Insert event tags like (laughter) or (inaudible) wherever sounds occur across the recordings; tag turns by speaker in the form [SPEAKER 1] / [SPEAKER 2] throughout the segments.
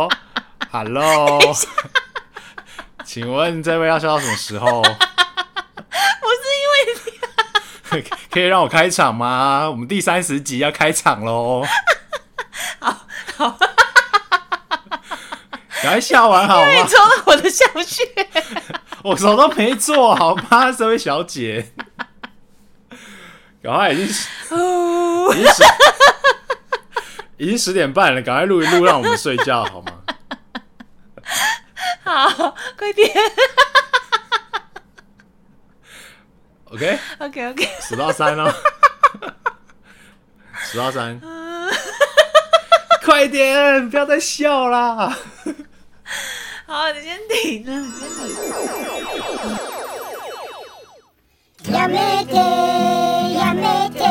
[SPEAKER 1] Hello，Hello，请问这位要笑到什么时候？ (laughs)
[SPEAKER 2] 不是因为
[SPEAKER 1] 可以让我开场吗？我们第三十集要开场喽！
[SPEAKER 2] 好，
[SPEAKER 1] 赶快笑完好
[SPEAKER 2] 你
[SPEAKER 1] 吗？
[SPEAKER 2] 戳到我的小 (laughs) 穴，
[SPEAKER 1] 我什么都没做好吗，这位小姐？赶快已经十
[SPEAKER 2] 哦
[SPEAKER 1] 已经十已经十点半了，赶快录一录，让我们睡觉好吗？
[SPEAKER 2] 好，快点
[SPEAKER 1] OK，
[SPEAKER 2] ，OK OK，
[SPEAKER 1] 数到三哦， (laughs) 数到三，快点，不要再笑啦！
[SPEAKER 2] 好，你先停了，你先停。
[SPEAKER 3] やめて、やめて、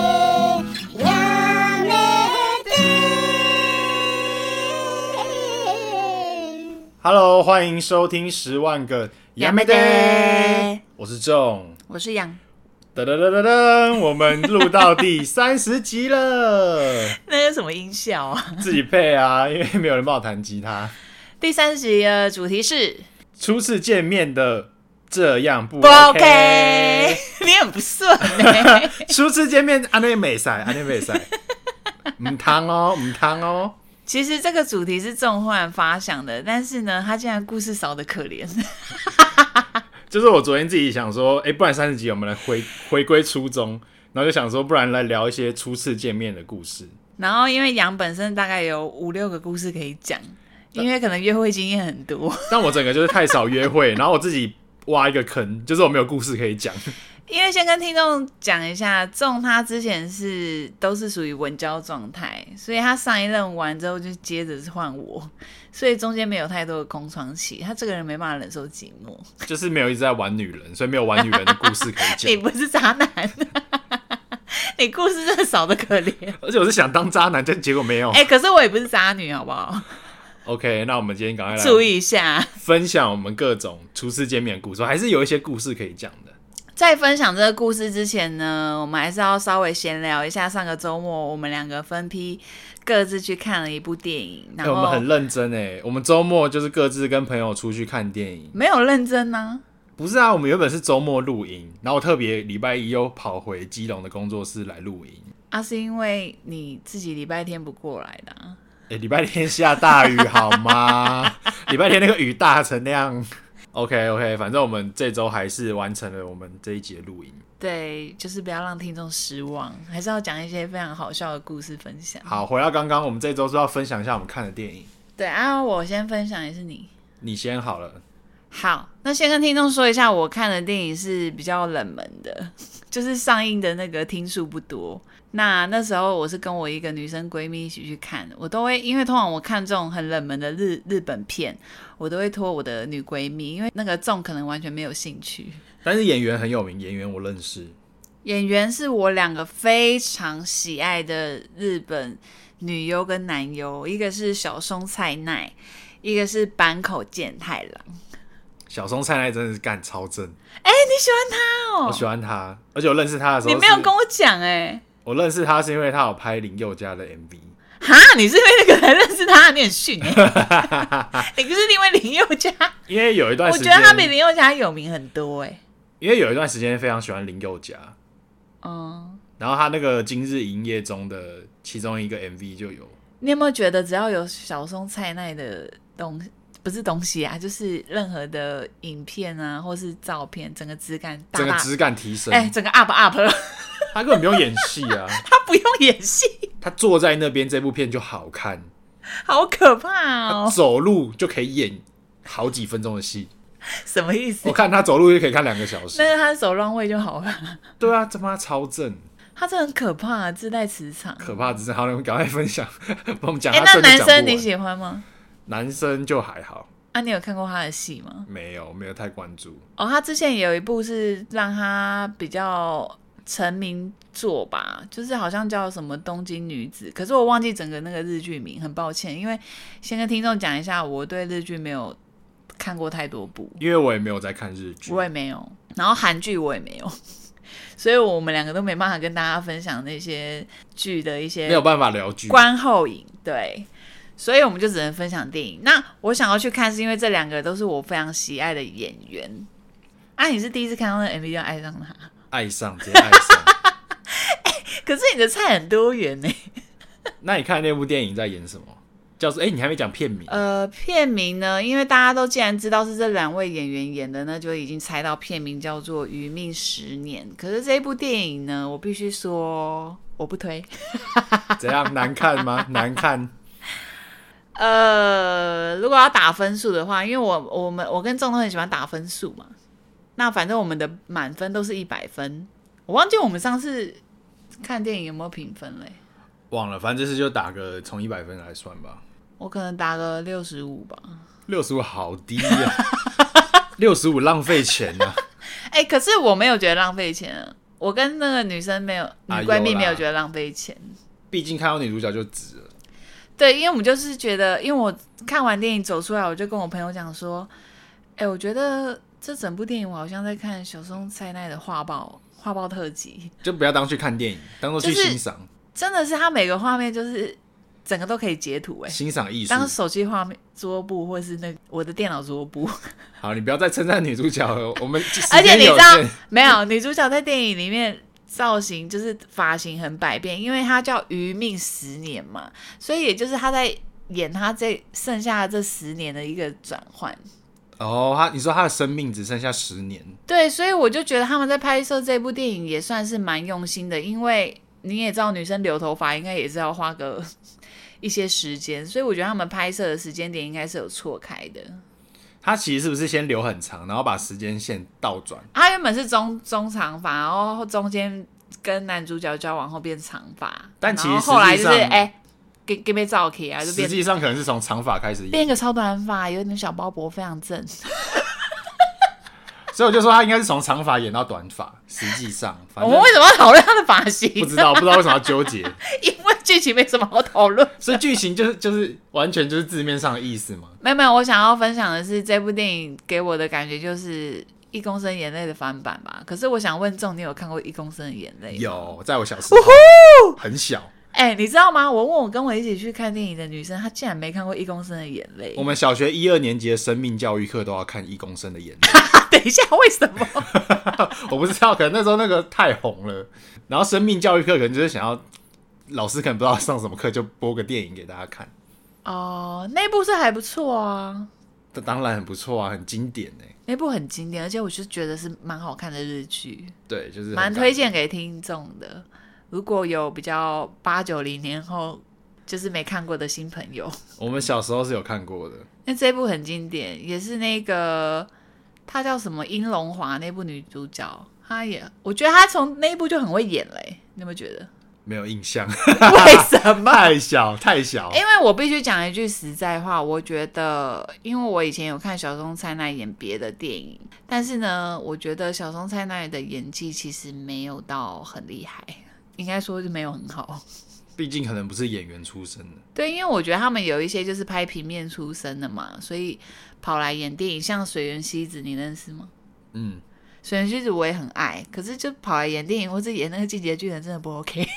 [SPEAKER 3] やめて。
[SPEAKER 1] Hello，欢迎收听《十万个
[SPEAKER 2] や
[SPEAKER 1] やめ
[SPEAKER 2] めて
[SPEAKER 1] て》，我是仲。
[SPEAKER 2] 我是杨，
[SPEAKER 1] 噔噔噔噔噔，我们录到第三十集 (laughs) 了，
[SPEAKER 2] 那个什么音效啊？
[SPEAKER 1] 自己配啊，因为没有人帮我弹吉他。
[SPEAKER 2] 第三集的主题是
[SPEAKER 1] 初次见面的这样不
[SPEAKER 2] 不 OK，你很不顺哎、
[SPEAKER 1] 初次见面安内美赛，安内美赛，唔汤哦，唔汤哦。
[SPEAKER 2] 其实这个主题是仲焕发想的，但是呢，他竟然故事少的可怜。
[SPEAKER 1] 就是我昨天自己想说，哎、不然三十集我们来回回归初衷，然后就想说，不然来聊一些初次见面的故事。
[SPEAKER 2] 然后因为杨本身大概有五六个故事可以讲，因为可能约会经验很多。
[SPEAKER 1] 但我整个就是太少约会，然后我自己挖一个坑，就是我没有故事可以讲。 (laughs)
[SPEAKER 2] 因为先跟听众讲一下，仲他之前是都是属于文交状态，所以他上一任完之后就接着是换我，所以中间没有太多的空窗期。他这个人没办法忍受寂
[SPEAKER 1] (laughs)
[SPEAKER 2] 寞，
[SPEAKER 1] 就是没有一直在玩女人，所以没有玩女人的故事可以
[SPEAKER 2] 你
[SPEAKER 1] 讲。
[SPEAKER 2] 不是渣男，你故事真的少的可怜。
[SPEAKER 1] 而且我是想当渣男，但结果没有。
[SPEAKER 2] 哎、可是我也不是渣女，好不好？
[SPEAKER 1] OK，那我们今天赶快
[SPEAKER 2] 注
[SPEAKER 1] 来
[SPEAKER 2] 意一下。
[SPEAKER 1] 分享我们各种初次见面的故事，还是有一些故事可以讲的。
[SPEAKER 2] 在分享这个故事之前呢，我们还是要稍微闲聊一下。上个周末我们两个分批各自去看了一部电影，然
[SPEAKER 1] 哎，
[SPEAKER 2] 后、
[SPEAKER 1] 我们很认真哎，我们周末就是各自跟朋友出去看电影。
[SPEAKER 2] 没有认真呢、
[SPEAKER 1] 不是啊，我们原本是周末录音，然后我特别礼拜一又跑回基隆的工作室来录音。
[SPEAKER 2] 啊，是因为你自己礼拜天不过来的、啊。
[SPEAKER 1] 哎、礼拜天下大雨好
[SPEAKER 2] (laughs)
[SPEAKER 1] 吗？礼拜天那个雨大成那样。OK OK，反正我们这周还是完成了我们这一集的录音。
[SPEAKER 2] 对，就是不要让听众失望，还是要讲一些非常好笑的故事分享。
[SPEAKER 1] 好，回到刚刚，我们这周是要分享一下我们看的电影。
[SPEAKER 2] 对啊，我先分享也是你。
[SPEAKER 1] 你先好了，
[SPEAKER 2] 好，那先跟听众说一下，我看的电影是比较冷门的， (laughs) 就是上映的那个听数不多。那那时候我是跟我一个女生闺蜜一起去看，我都会因为通常我看这种很冷门的日日本片，我都会托我的女闺蜜，因为那个众可能完全没有兴趣。
[SPEAKER 1] 但是演员很有名，演员我认识。
[SPEAKER 2] 演员是我两个非常喜爱的日本女优跟男优，一个是小松菜奈，一个是坂口健太郎。
[SPEAKER 1] 小松菜奈真的是干超正，
[SPEAKER 2] 哎、你喜欢他哦？
[SPEAKER 1] 我喜欢他，而且我认识他的时候
[SPEAKER 2] 你
[SPEAKER 1] 是，
[SPEAKER 2] 没有跟我讲哎、
[SPEAKER 1] 我认识他是因为他有拍林宥嘉的 MV。
[SPEAKER 2] 哈，你是因为那个才认识他，你很逊哎、
[SPEAKER 1] (laughs)
[SPEAKER 2] 你不是因为林宥嘉？
[SPEAKER 1] 因为有一段
[SPEAKER 2] 我
[SPEAKER 1] 时
[SPEAKER 2] 觉
[SPEAKER 1] 间，
[SPEAKER 2] 得他比林宥嘉有名很多哎、
[SPEAKER 1] 因为有一段时间非常喜欢林宥嘉，
[SPEAKER 2] 嗯，
[SPEAKER 1] 然后他那个《今日营业》中的其中一个 MV 就有，
[SPEAKER 2] 你有没有觉得只要有小松菜奈的东不是东西啊，就是任何的影片啊，或是照片，整个质感大
[SPEAKER 1] 整个
[SPEAKER 2] 大
[SPEAKER 1] 质感提升。
[SPEAKER 2] 哎、整个 up up 了，
[SPEAKER 1] 他根本不用演戏啊，
[SPEAKER 2] (laughs)
[SPEAKER 1] (laughs)
[SPEAKER 2] 他不用演戏，
[SPEAKER 1] 他坐在那边这部片就好看，
[SPEAKER 2] 好可怕
[SPEAKER 1] 他 (laughs)
[SPEAKER 2] 哦！
[SPEAKER 1] 走路就可以演好几分钟的戏。
[SPEAKER 2] 什么意思
[SPEAKER 1] 我？看他走路就可以看两个小时。
[SPEAKER 2] 那是他的手乱位就好了，
[SPEAKER 1] 对啊，他妈超正，
[SPEAKER 2] 他真的很可怕、自带磁场。
[SPEAKER 1] 可怕之正。好了，我们赶快分享， (laughs) 帮我们讲
[SPEAKER 2] 哎、
[SPEAKER 1] 他
[SPEAKER 2] 那
[SPEAKER 1] 真的
[SPEAKER 2] 男
[SPEAKER 1] 讲不
[SPEAKER 2] 生你
[SPEAKER 1] 完。
[SPEAKER 2] 喜欢吗？
[SPEAKER 1] 男生就还好，
[SPEAKER 2] 啊，你有看过他的戏吗？
[SPEAKER 1] 没有没有太关注。
[SPEAKER 2] 哦，他之前有一部是让他比较成名作吧，就是好像叫什么《东京女子》，可是我忘记整个那个日剧名，很抱歉，因为先跟听众讲一下，我对日剧没有看过太多部，
[SPEAKER 1] 因为我也没有在看日剧
[SPEAKER 2] 我，也没有，然后韩剧我也没有， (laughs) 所以我们两个都没办法跟大家分享那些剧的一些
[SPEAKER 1] 没有办法聊剧。
[SPEAKER 2] 观后影，对。所以我们就只能分享电影。那我想要去看，是因为这两个都是我非常喜爱的演员。啊，你是第一次看到那个 MV 就爱上他， (laughs)
[SPEAKER 1] 爱上直接爱上。
[SPEAKER 2] 可是你的菜很多元呢、欸
[SPEAKER 1] 那你看那部电影在演什么？叫做哎、你还没讲片名。
[SPEAKER 2] 呃，片名呢，因为大家都既然知道是这两位演员演的，那就已经猜到片名叫做《余命十年》。可是这一部电影呢，我必须说我不推。
[SPEAKER 1] 怎样难看
[SPEAKER 2] (laughs)
[SPEAKER 1] 吗？难看。
[SPEAKER 2] 呃，如果要打分数的话，因为我我们我跟众都很喜欢打分数嘛，那反正我们的满分都是一百分。我忘记我们上次看电影有没有评分嘞，
[SPEAKER 1] 忘了，反正这次就打个从一百分来算吧。
[SPEAKER 2] 我可能打个六十五吧。
[SPEAKER 1] 六十五好低 (laughs) 呀、六十五浪费钱呐、啊。
[SPEAKER 2] 哎、可是我没有觉得浪费钱、啊，我跟那个女生没有女
[SPEAKER 1] 啊
[SPEAKER 2] 闺蜜
[SPEAKER 1] 有啦
[SPEAKER 2] 没有觉得浪费钱。
[SPEAKER 1] 毕竟看到女主角就值了。
[SPEAKER 2] 对，因为我们就是觉得，因为我看完电影走出来，我就跟我朋友讲说，哎、我觉得这整部电影我好像在看小松菜奈的画报画报特辑，
[SPEAKER 1] 就不要当去看电影，当做去
[SPEAKER 2] 就是
[SPEAKER 1] 欣赏、
[SPEAKER 2] 真的是它每个画面就是整个都可以截图、哎，
[SPEAKER 1] 欣赏艺术。
[SPEAKER 2] 当手机画面桌布或是那个我的电脑桌布，
[SPEAKER 1] 好，你不要再称赞女主角了，我们
[SPEAKER 2] 而
[SPEAKER 1] 时
[SPEAKER 2] 且
[SPEAKER 1] 间
[SPEAKER 2] 你
[SPEAKER 1] 有
[SPEAKER 2] 知道
[SPEAKER 1] 限
[SPEAKER 2] 没有？女主角在电影里面造型就是发型很百变，因为她叫余命十年嘛，所以也就是她在演她这剩下的这十年的一个转换。
[SPEAKER 1] 哦，她你说她的生命只剩下十年，
[SPEAKER 2] 对，所以我就觉得他们在拍摄这部电影也算是蛮用心的，因为你也知道，女生留头发应该也是要花个 (laughs) 一些时间，所以我觉得他们拍摄的时间点应该是有错开的。
[SPEAKER 1] 她其实是不是先留很长，然后把时间线倒转？
[SPEAKER 2] 她原本是中中长发，然后中间跟男主角交往后变长发，
[SPEAKER 1] 但其实
[SPEAKER 2] 然后后来就是
[SPEAKER 1] 实际上
[SPEAKER 2] 哎，给给被照起啊，就
[SPEAKER 1] 实
[SPEAKER 2] 变
[SPEAKER 1] 际上可能是从长发开始演，
[SPEAKER 2] 变个超短发，有点小包脖，非常正。
[SPEAKER 1] 所以我就说她应该是从长发演到短发。实际上，反
[SPEAKER 2] 我
[SPEAKER 1] 正
[SPEAKER 2] 们为什么要讨论她的发型？
[SPEAKER 1] 不知道，不知道为什么要纠结。
[SPEAKER 2] (laughs)
[SPEAKER 1] (laughs)
[SPEAKER 2] 因为剧情没什么好讨论。
[SPEAKER 1] 所以剧情就是就是完全就是字面上的意思嘛。
[SPEAKER 2] 没有没有，我想要分享的是这部电影给我的感觉就是《一公升眼泪》的翻版吧。可是我想问仲，你有看过《一公升的眼泪》？。
[SPEAKER 1] 有，在我小时候很小，
[SPEAKER 2] 哎、你知道吗？我问我跟我一起去看电影的女生，她竟然没看过《一公升的眼泪
[SPEAKER 1] 我》。们小学一二年级的生命教育课都要看《一公升的眼泪》
[SPEAKER 2] (laughs) 等一下，为什么？
[SPEAKER 1] (laughs) 我不知道，可能那时候那个太红了。然后生命教育课可能就是想要，老师可能不知道上什么课，就播个电影给大家看。
[SPEAKER 2] (laughs) 哦，那部是还不错啊，
[SPEAKER 1] 这当然很不错啊，很经典哎、
[SPEAKER 2] 那部很经典，而且我是觉得是蛮好看的日剧，
[SPEAKER 1] 对，就是很
[SPEAKER 2] 蛮
[SPEAKER 1] 感
[SPEAKER 2] 推荐给听众的。如果有比较八九零年后就是没看过的新朋友，
[SPEAKER 1] 我们小时候是有看过的，
[SPEAKER 2] 那这部很经典，也是那个她叫什么殷龙华那部女主角，她也我觉得她从那一部就很会演嘞、你有没有觉得？
[SPEAKER 1] 没有印象，
[SPEAKER 2] 为什么？
[SPEAKER 1] (laughs)
[SPEAKER 2] 哎
[SPEAKER 1] 太小太小。
[SPEAKER 2] 因为我必须讲一句实在话，我觉得，因为我以前有看小松菜奈演别的电影，但是呢，我觉得小松菜奈的演技其实没有到很厉害，应该说是没有很好。
[SPEAKER 1] 毕竟可能不是演员出身的，
[SPEAKER 2] 对，因为我觉得他们有一些就是拍平面出身的嘛，所以跑来演电影，像水原希子，你认识吗？
[SPEAKER 1] 嗯，
[SPEAKER 2] 水原希子我也很爱，可是就跑来演电影或者演那个进击的巨人真的不 OK。 (laughs)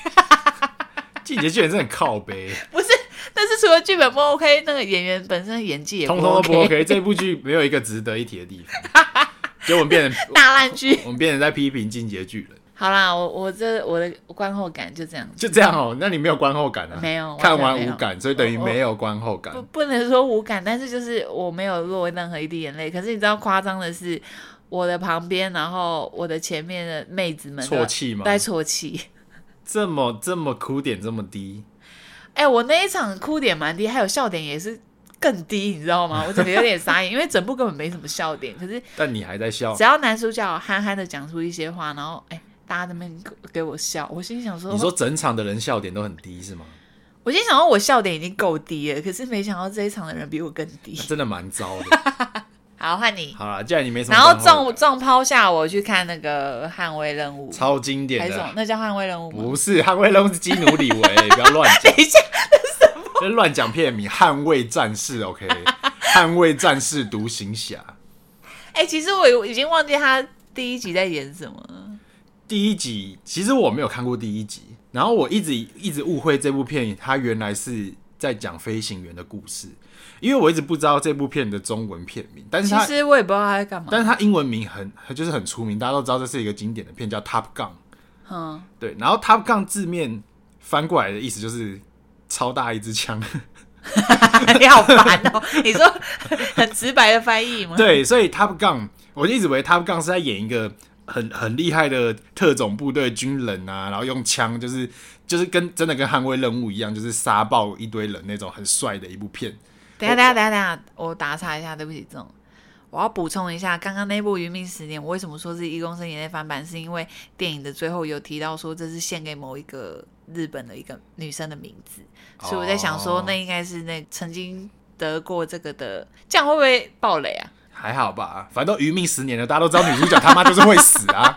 [SPEAKER 1] 季节巨人真的很靠背，
[SPEAKER 2] 不是，但是除了剧本不 OK，那个演员本身的演技也不
[SPEAKER 1] 通通都
[SPEAKER 2] OK，,
[SPEAKER 1] 不 OK。这部剧没有一个值得一提的地方， (laughs) 就我们变成
[SPEAKER 2] (laughs) 大烂剧。
[SPEAKER 1] 我们变成在批评进阶巨人，
[SPEAKER 2] 好啦，我我这我的观后感就这样，
[SPEAKER 1] 就这样哦。那你没有观后感啊？
[SPEAKER 2] 没有
[SPEAKER 1] 看
[SPEAKER 2] 完
[SPEAKER 1] 完
[SPEAKER 2] 全没
[SPEAKER 1] 无
[SPEAKER 2] 有哦
[SPEAKER 1] 感，所以等于没有观后感
[SPEAKER 2] 不。不能说无感，但是就是我没有落任何一滴眼泪。可是你知道夸张的是，我的旁边，然后我的前面的妹子们都
[SPEAKER 1] 啜泣吗
[SPEAKER 2] 都在啜泣。 (laughs)
[SPEAKER 1] 这么这么哭点这么低，
[SPEAKER 2] 哎、我那一场哭点蛮低，还有笑点也是更低，你知道吗？我整个有点傻眼，因为整部根本没什么笑点。可是
[SPEAKER 1] 但你还在笑
[SPEAKER 2] 只。要男主角憨憨的讲出一些话，然后哎、大家在那边给给我笑，我心里想说，
[SPEAKER 1] 你说整场的人笑点都很低是吗？
[SPEAKER 2] 我心里想说我笑点已经够低了，可是没想到这一场的人比我更
[SPEAKER 1] (laughs)
[SPEAKER 2] 低
[SPEAKER 1] 那。真的蛮糟的。
[SPEAKER 2] 好，换你。
[SPEAKER 1] 好啦，既然你没什么
[SPEAKER 2] 然
[SPEAKER 1] 观
[SPEAKER 2] 后
[SPEAKER 1] 感，
[SPEAKER 2] 重重抛下我去看那个《捍卫任务》，
[SPEAKER 1] 超经典
[SPEAKER 2] 还是什么
[SPEAKER 1] 的，
[SPEAKER 2] 那叫《捍卫任务》吗？
[SPEAKER 1] 不是捍卫任务是基努里维，不要乱讲
[SPEAKER 2] (laughs) 等，一下，
[SPEAKER 1] 别乱讲片名，捍卫战士 OK，捍卫战士独行侠
[SPEAKER 2] 哎、其实我已经忘记他第一集在演什么了。
[SPEAKER 1] 第一集，其实我没有看过第一集，然后我一直一直误会这部片它原来是。在讲飞行员的故事，因为我一直不知道这部片的中文片名，但是
[SPEAKER 2] 其
[SPEAKER 1] 它
[SPEAKER 2] 实我也不知道他在干嘛。
[SPEAKER 1] 但是它英文名很很就是很出名，大家都知道这是一个经典的片，叫《Top Gun》。
[SPEAKER 2] 嗯，
[SPEAKER 1] 对，然后 Top Gun 字面翻过来的意思就是超大一支枪。
[SPEAKER 2] (laughs) 你好烦哦、你说很直白的翻译
[SPEAKER 1] (laughs)
[SPEAKER 2] 吗？(laughs)
[SPEAKER 1] 对，所以 Top Gun，我就一直以为 Top Gun 是在演一个很很厉害的特种部队军人啊，然后用枪就是就是跟真的跟捍卫任务一样，就是杀爆一堆人那种很帅的一部片。
[SPEAKER 2] 等一下，等一下，等一下，等一下，我打岔一下，对不起，这种我要补充一下，刚刚那部《余命十年》，我为什么说是一公升以内翻版，是因为电影的最后有提到说这是献给某一个日本的一个女生的名字，所以我在想说，
[SPEAKER 1] 哦
[SPEAKER 2] 那应该是那曾经得过这个的，这样会不会暴雷啊
[SPEAKER 1] 还好吧，反正都余命十年了，大家都知道女主角他妈就是会死
[SPEAKER 2] (laughs)
[SPEAKER 1] 啊，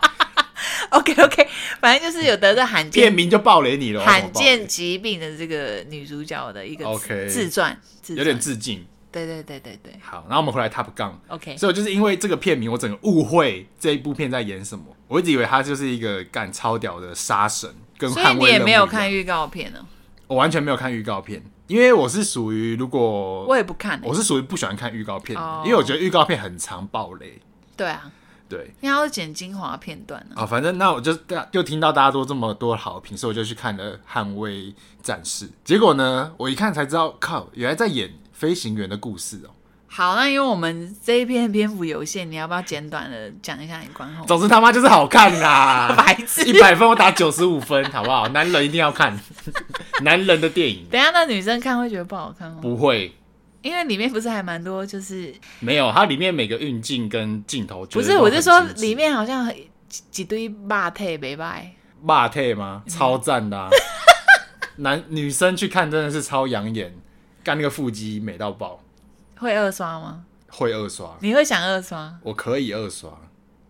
[SPEAKER 2] ？OK OK，反正就是有得这罕
[SPEAKER 1] 片
[SPEAKER 2] 见
[SPEAKER 1] 名就爆雷你了，
[SPEAKER 2] 罕
[SPEAKER 1] 我
[SPEAKER 2] 见
[SPEAKER 1] 怎么
[SPEAKER 2] 疾病的这个女主角的一个
[SPEAKER 1] OK
[SPEAKER 2] 自传，自
[SPEAKER 1] 爆雷
[SPEAKER 2] 传
[SPEAKER 1] 有点致敬。
[SPEAKER 2] 对对对对对
[SPEAKER 1] 好，然后我们回来 Top Gun。
[SPEAKER 2] ，OK，
[SPEAKER 1] 所以我就是因为这个片名，我整个误会这一部片在演什么。我一直以为他就是一个干超屌的杀神，跟
[SPEAKER 2] 所
[SPEAKER 1] 捍卫
[SPEAKER 2] 以你也
[SPEAKER 1] 任务
[SPEAKER 2] 没
[SPEAKER 1] 一
[SPEAKER 2] 有
[SPEAKER 1] 样
[SPEAKER 2] 看预告片呢、
[SPEAKER 1] 我完全没有看预告片，因为我是属于如果
[SPEAKER 2] 我也不看、欸，
[SPEAKER 1] 我是属于不喜欢看预告片的
[SPEAKER 2] 哦
[SPEAKER 1] 因为我觉得预告片很常爆雷。
[SPEAKER 2] 对啊。
[SPEAKER 1] 对
[SPEAKER 2] 因为他是剪精华片段呢、
[SPEAKER 1] 啊，反正那我就大就听到大家都这么多好评，所以我就去看了《捍卫战士》。结果呢，我一看才知道，靠，原来在演飞行员的故事哦、
[SPEAKER 2] 好，那因为我们这一篇篇幅有限，你要不要简短的讲一下你观后感？
[SPEAKER 1] 总之他妈就是好看啦，
[SPEAKER 2] 白痴
[SPEAKER 1] 一百分我打九十五分，好不好？男人一定要看， (laughs) 男人的电影
[SPEAKER 2] 等一下，那女生看会觉得不好看吗？哦
[SPEAKER 1] 不嗯会
[SPEAKER 2] 因为里面不是还蛮多，就是
[SPEAKER 1] 没有，它里面每个运镜跟镜头
[SPEAKER 2] 不是，我就说里面好像很几几堆霸退没拜，
[SPEAKER 1] 骂退吗？超赞的、啊， (laughs) 男女生去看真的是超养眼，干那个腹肌美到爆，
[SPEAKER 2] 会二刷吗？
[SPEAKER 1] 会二刷，
[SPEAKER 2] 你会想二刷？
[SPEAKER 1] 我可以二刷，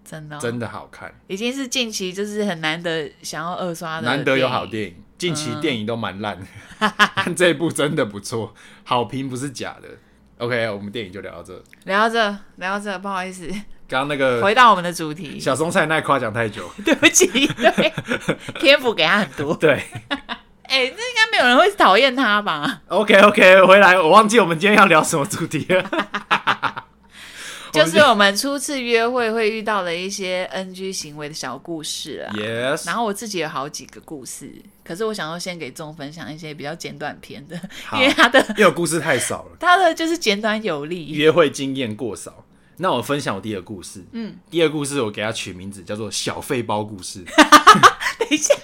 [SPEAKER 2] 真的、哦，
[SPEAKER 1] 真的好看，
[SPEAKER 2] 已经是近期就是很难得想要二刷的，
[SPEAKER 1] 难得有好
[SPEAKER 2] 电影。嗯
[SPEAKER 1] 电影。近期电影都蛮烂， (laughs) 但这一部真的不错，好评不是假的。OK，我们电影就聊到这。
[SPEAKER 2] 聊到这，聊到这，不好意思，
[SPEAKER 1] 刚刚那个
[SPEAKER 2] 回到我们的主题， (laughs)
[SPEAKER 1] 小松菜奈夸奖太久，
[SPEAKER 2] 对不起，
[SPEAKER 1] (laughs)
[SPEAKER 2] 对，篇幅给他很多。
[SPEAKER 1] 对
[SPEAKER 2] 哎、那应该没有人会讨厌
[SPEAKER 1] (laughs)
[SPEAKER 2] 他吧？
[SPEAKER 1] ，OK OK，回来，我忘记我们今天要聊什么主题
[SPEAKER 2] (laughs)
[SPEAKER 1] 了。
[SPEAKER 2] 就是我们初次约会会遇到的一些 NG 行为的小故事啦。
[SPEAKER 1] Yes，
[SPEAKER 2] 然后我自己有好几个故事，可是我想要先给众分享一些比较简短篇的，
[SPEAKER 1] 好
[SPEAKER 2] 因为他的
[SPEAKER 1] 因为我故事太少了，
[SPEAKER 2] 他的就是简短有力。
[SPEAKER 1] 约会经验过少。那我分享我第二个故事，
[SPEAKER 2] 嗯，
[SPEAKER 1] 第二个故事我给它取名字叫做“小费包故事 (laughs)
[SPEAKER 2] 等一下，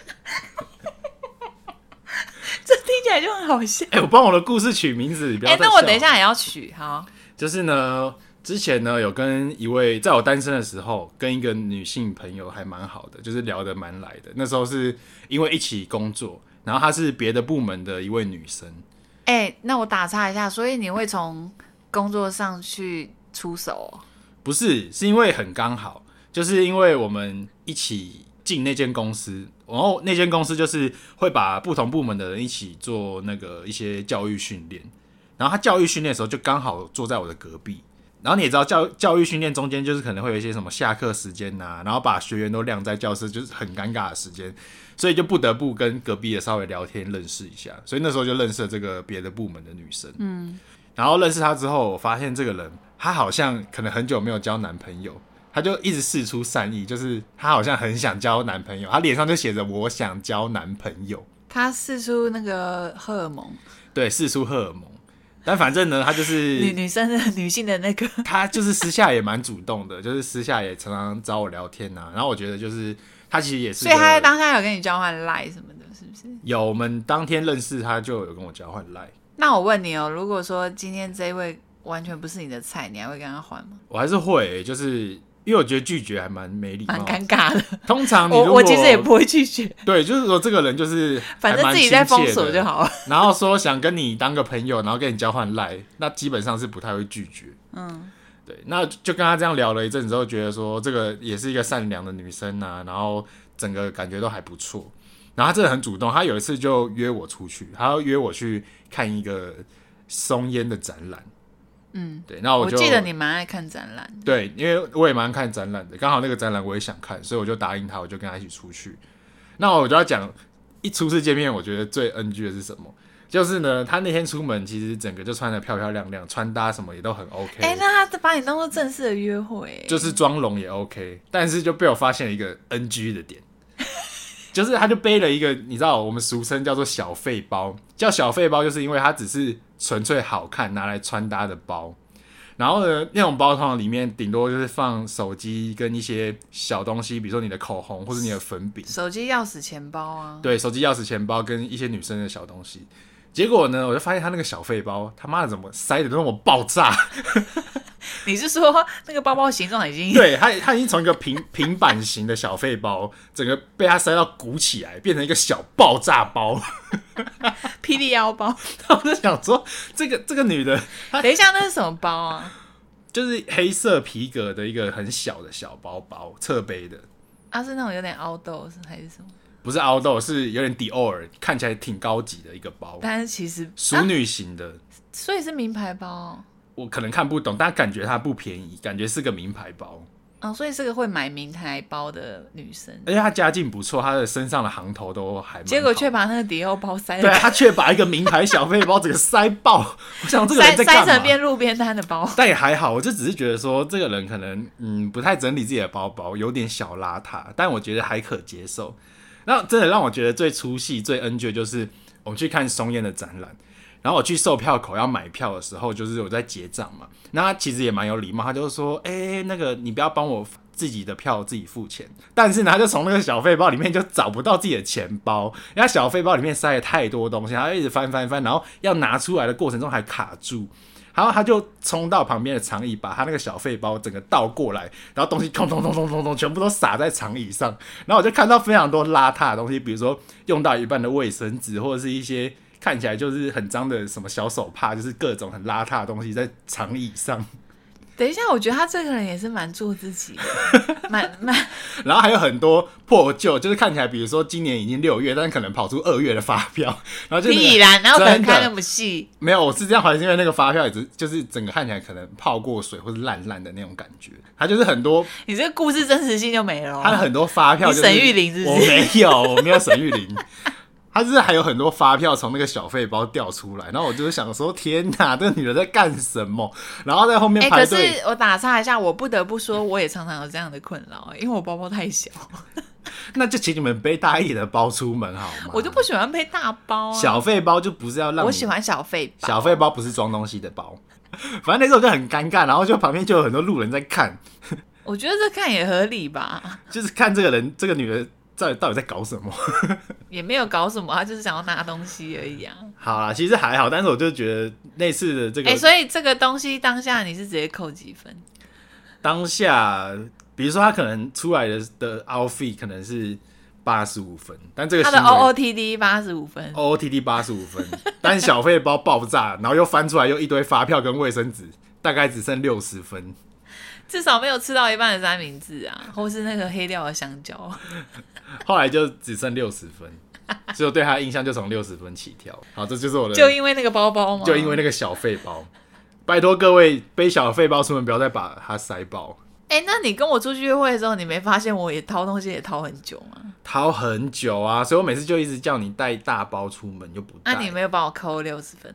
[SPEAKER 2] 这听起来就很好笑”。。
[SPEAKER 1] 哎、我帮我的故事取名字，你不
[SPEAKER 2] 哎、
[SPEAKER 1] 要再
[SPEAKER 2] 那我
[SPEAKER 1] 笑
[SPEAKER 2] 等一，下也要取好。
[SPEAKER 1] 就是呢，之前呢有跟一位，在我单身的时候，跟一个女性朋友还蛮好的，就是聊得蛮来的。那时候是因为一起工作，然后她是别的部门的一位女生，
[SPEAKER 2] 哎、那我打岔一下，所以你会从工作上去出手哦、
[SPEAKER 1] 不是，是因为很刚好，就是因为我们一起进那间公司，然后那间公司就是会把不同部门的人一起做那个一些教育训练，然后他教育训练的时候就刚好坐在我的隔壁。然后你也知道教教育训练中间就是可能会有一些什么下课时间呐、然后把学员都晾在教室，就是很尴尬的时间，所以就不得不跟隔壁的稍微聊天认识一下，所以那时候就认识了这个别的部门的女生。然后认识她之后，我发现这个人，她好像可能很久没有交男朋友，她就一直试出善意，就是她好像很想交男朋友，她脸上就写着“我想交男朋友
[SPEAKER 2] 他试出那个荷尔蒙，”，
[SPEAKER 1] 对，试出荷尔蒙。但反正呢，她就
[SPEAKER 2] 女
[SPEAKER 1] 是
[SPEAKER 2] 女生的女性的那个，
[SPEAKER 1] 她就是私下也蛮主动的，就是私下也常常找我聊天啊呐、然后我觉得就是她其实也是
[SPEAKER 2] 所
[SPEAKER 1] 个，
[SPEAKER 2] 以他在当下有跟你交换赖什么的，是不是？
[SPEAKER 1] 有我们当天认识她就有跟我交换 line，
[SPEAKER 2] 那我问你哦，如果说今天这一位完全不是你的菜，你还会跟他换吗？
[SPEAKER 1] 我还是会、就是因为我觉得拒绝还蛮没礼
[SPEAKER 2] 蛮
[SPEAKER 1] 貌。
[SPEAKER 2] 尴尬的，
[SPEAKER 1] 通常哦啊你如
[SPEAKER 2] 我
[SPEAKER 1] 果
[SPEAKER 2] 我其实也不会拒绝，
[SPEAKER 1] (laughs) 对，就是说这个人就是
[SPEAKER 2] 反
[SPEAKER 1] 还
[SPEAKER 2] 正
[SPEAKER 1] 蛮
[SPEAKER 2] 自己在封
[SPEAKER 1] 亲切
[SPEAKER 2] 锁
[SPEAKER 1] 的
[SPEAKER 2] 就。好了。
[SPEAKER 1] (laughs) 然后说想跟你当个朋友，然后跟你交换赖，那基本上是不太会拒绝。
[SPEAKER 2] 嗯，
[SPEAKER 1] 对，那就跟他这样聊了一阵子之后，觉得说这个也是一个善良的女生啊，然后整个感觉都还不错。然后她真的很主动，她有一次就约我出去，她要约我去看一个松烟的展览。
[SPEAKER 2] 嗯，
[SPEAKER 1] 对，那
[SPEAKER 2] 我
[SPEAKER 1] 就
[SPEAKER 2] 记得你蛮爱看展览，
[SPEAKER 1] 对，因为我也蛮看展览的，刚好那个展览我也想看，所以我就答应他，我就跟他一起出去。那我就要讲，一初次见面，我觉得最 NG 的是什么？就是呢，她那天出门其实整个就穿的漂漂亮亮，穿搭什么也都很 OK，、
[SPEAKER 2] 哎、那他把你当做正式的约会，
[SPEAKER 1] 就是妆容也 OK，但是就被我发现了一个 NG 的点， (laughs) 就是他就背了一个你知道我们俗称叫做小费包，叫小费包就是因为它只是纯粹好看拿来穿搭的包，然后呢那种包通常里面顶多就是放手机跟一些小东西，比如说你的口红或者你的粉饼，
[SPEAKER 2] 手机、钥匙、钱包啊。
[SPEAKER 1] 对，手机、钥匙、钱包跟一些女生的小东西。结果呢，我就发现他那个小费包，他妈的怎么塞的那么爆炸？
[SPEAKER 2] 你是说那个包包形状已经 (laughs)
[SPEAKER 1] 对他，他已经从一个平平板型的小费包，整个被他塞到鼓起来，变成一个小爆炸包。 (laughs)
[SPEAKER 2] 霹雳腰包？
[SPEAKER 1] 我就想说，这个这个女的，她
[SPEAKER 2] 等一下，那是什么包啊？
[SPEAKER 1] 就是黑色皮革的一个很小的小包包，侧背的，
[SPEAKER 2] 啊，是那种有点凹豆是还是什么？
[SPEAKER 1] 不是凹豆，是有点迪奥尔，看起来挺高级的一个包，
[SPEAKER 2] 但是其实
[SPEAKER 1] 淑
[SPEAKER 2] 啊，
[SPEAKER 1] 女型的。
[SPEAKER 2] 所以是名牌包哦，
[SPEAKER 1] 我可能看不懂，但感觉它不便宜，感觉是个名牌包，
[SPEAKER 2] 哦所以是个会买名牌包的女生，
[SPEAKER 1] 而且她家境不错，她的身上的行头都还哎蛮好。
[SPEAKER 2] 结果却把那个迪奥包塞
[SPEAKER 1] 对啊
[SPEAKER 2] 了，
[SPEAKER 1] 她却把一个名牌小费包整个塞爆，我想这个
[SPEAKER 2] 塞
[SPEAKER 1] 人在干
[SPEAKER 2] 塞
[SPEAKER 1] 嘛？
[SPEAKER 2] 成变路边摊的
[SPEAKER 1] (laughs)
[SPEAKER 2] 包。
[SPEAKER 1] 但也还好，我就只是觉得说这个人可能嗯不太整理自己的包包，有点小邋遢，但我觉得还可接受。那真的让我觉得最出戏、最 NG 的就是我们去看松烟的展览，然后我去售票口要买票的时候，就是我在结账嘛，那他其实也蛮有礼貌，他就说：“哎、那个你不要帮我自己的票自己付钱。”但是呢，他就从那个小费包里面就找不到自己的钱包，因为他小费包里面塞了太多东西，他就一直翻翻翻，然后要拿出来的过程中还卡住。然后他就冲到旁边的长椅，把他那个小费包整个倒过来，然后东西通通通通通通全部都洒在长椅上。然后我就看到非常多邋遢的东西，比如说用到一半的卫生纸，或者是一些看起来就是很脏的什么小手帕，就是各种很邋遢的东西在长椅上。 (laughs)
[SPEAKER 2] 等一下，我觉得他这个人也是蛮做自己的，蛮蛮
[SPEAKER 1] 然后还有很多破旧，就是看起来，比如说今年已经六月，但可能跑出二月的发票，然后就那个
[SPEAKER 2] 必然，然后可能
[SPEAKER 1] 真的
[SPEAKER 2] 开那么细，
[SPEAKER 1] 没有，我是这样怀疑，是因为那个发票也只就是整个看起来可能泡过水或者烂烂的那种感觉，它就是很多
[SPEAKER 2] 你这个故事真实性就没了哦。
[SPEAKER 1] 他很多发票、
[SPEAKER 2] 你
[SPEAKER 1] 就是，
[SPEAKER 2] 沈玉琳是不是
[SPEAKER 1] 我没有，我没有沈玉琳。 (laughs) 他就是还有很多发票从那个小费包掉出来，然后我就是想说，天哪，这女的在干什么？然后在后面
[SPEAKER 2] 哎、
[SPEAKER 1] 排
[SPEAKER 2] 可
[SPEAKER 1] 队，
[SPEAKER 2] 是我打岔一下，我不得不说，我也常常有这样的困扰，因为我包包太小，
[SPEAKER 1] 那就请你们背大一点的包出门好吗？
[SPEAKER 2] 我就不喜欢背大包啊。
[SPEAKER 1] 小费包就不是要让你
[SPEAKER 2] 我喜欢小费包，
[SPEAKER 1] 小费包不是装东西的包。反正那时候就很尴尬，然后就旁边就有很多路人在看，
[SPEAKER 2] 我觉得这看也合理吧，
[SPEAKER 1] 就是看这个人这个女的到底到底在搞什么。
[SPEAKER 2] 也没有搞什么，他就是想要拿东西而已啊。
[SPEAKER 1] 好啦，其实还好，但是我就觉得那次的这个
[SPEAKER 2] 哎、所以这个东西当下你是直接扣几分？
[SPEAKER 1] 当下，比如说他可能出来的的 outfit 可能是八十五分，但这个
[SPEAKER 2] 他的
[SPEAKER 1] 行为
[SPEAKER 2] OOTD 八十五分，
[SPEAKER 1] O O T D 八十五分， (laughs) 但小费包爆炸，然后又翻出来又一堆发票跟卫生纸，大概只剩六十分。
[SPEAKER 2] 至少没有吃到一半的三明治
[SPEAKER 1] (laughs)
[SPEAKER 2] 啊，或是那个黑料的香蕉。
[SPEAKER 1] 后来就只剩六十
[SPEAKER 2] (laughs)
[SPEAKER 1] 分，所以我对他的印象就从六十分起跳。好，这就是我的，
[SPEAKER 2] 就因为那个包包吗？
[SPEAKER 1] 就因为那个小费包。拜托各位背小费包出门，不要再把它塞爆，
[SPEAKER 2] 哎、那你跟我出去约会的时候，你没发现我也掏东西也掏很久吗？
[SPEAKER 1] 掏很久啊！所以我每次就一直叫你带大包出门，你就不带。
[SPEAKER 2] 啊那、你没有帮我扣六十分，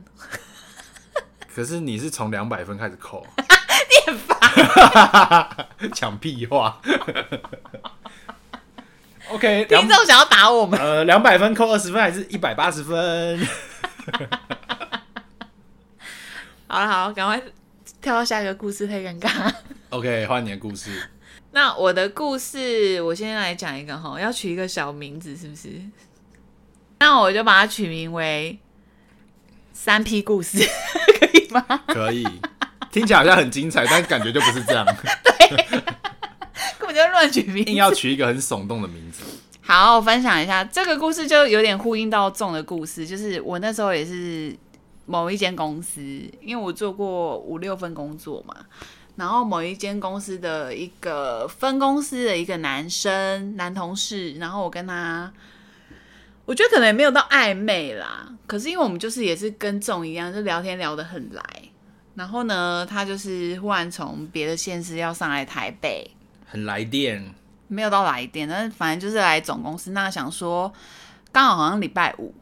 [SPEAKER 1] 可是你是从两百分开始 (laughs) 扣，
[SPEAKER 2] 你很烦。
[SPEAKER 1] (laughs) 讲屁话。OK，(laughs)
[SPEAKER 2] 听
[SPEAKER 1] 两
[SPEAKER 2] 众想要打我们， (laughs)
[SPEAKER 1] 呃两百分扣二十分还是一百八十分？
[SPEAKER 2] 好了好了，赶快跳到下一个故事，太尴尬。 (laughs)
[SPEAKER 1] OK，换你的故事。
[SPEAKER 2] 那我的故事，我先来讲一个哈，要取一个小名字是不是？
[SPEAKER 1] 嗯
[SPEAKER 2] 那我就把它取名为“三 P 故事”， (laughs) 可以吗？
[SPEAKER 1] 可以，听起来好像很精彩，但感觉就不是 (laughs) 这样，
[SPEAKER 2] 根本就乱取名字
[SPEAKER 1] 硬要取一个很耸动的名字。
[SPEAKER 2] 好，我分享一下这个故事，就有点呼应到众的故事，就是我那时候也是某一间公司，因为我做过五六份工作嘛，然后某一间公司的一个分公司的一个男生男同事，然后我跟他。我觉得可能也没有到暧昧啦，可是因为我们就是也是跟众一样，就聊天聊得很来。然后呢，他就是忽然从别的县市要上来台北，
[SPEAKER 1] 很来电，
[SPEAKER 2] 没有到来电，但是反正就是来总公司。那想说，刚好好像礼拜五，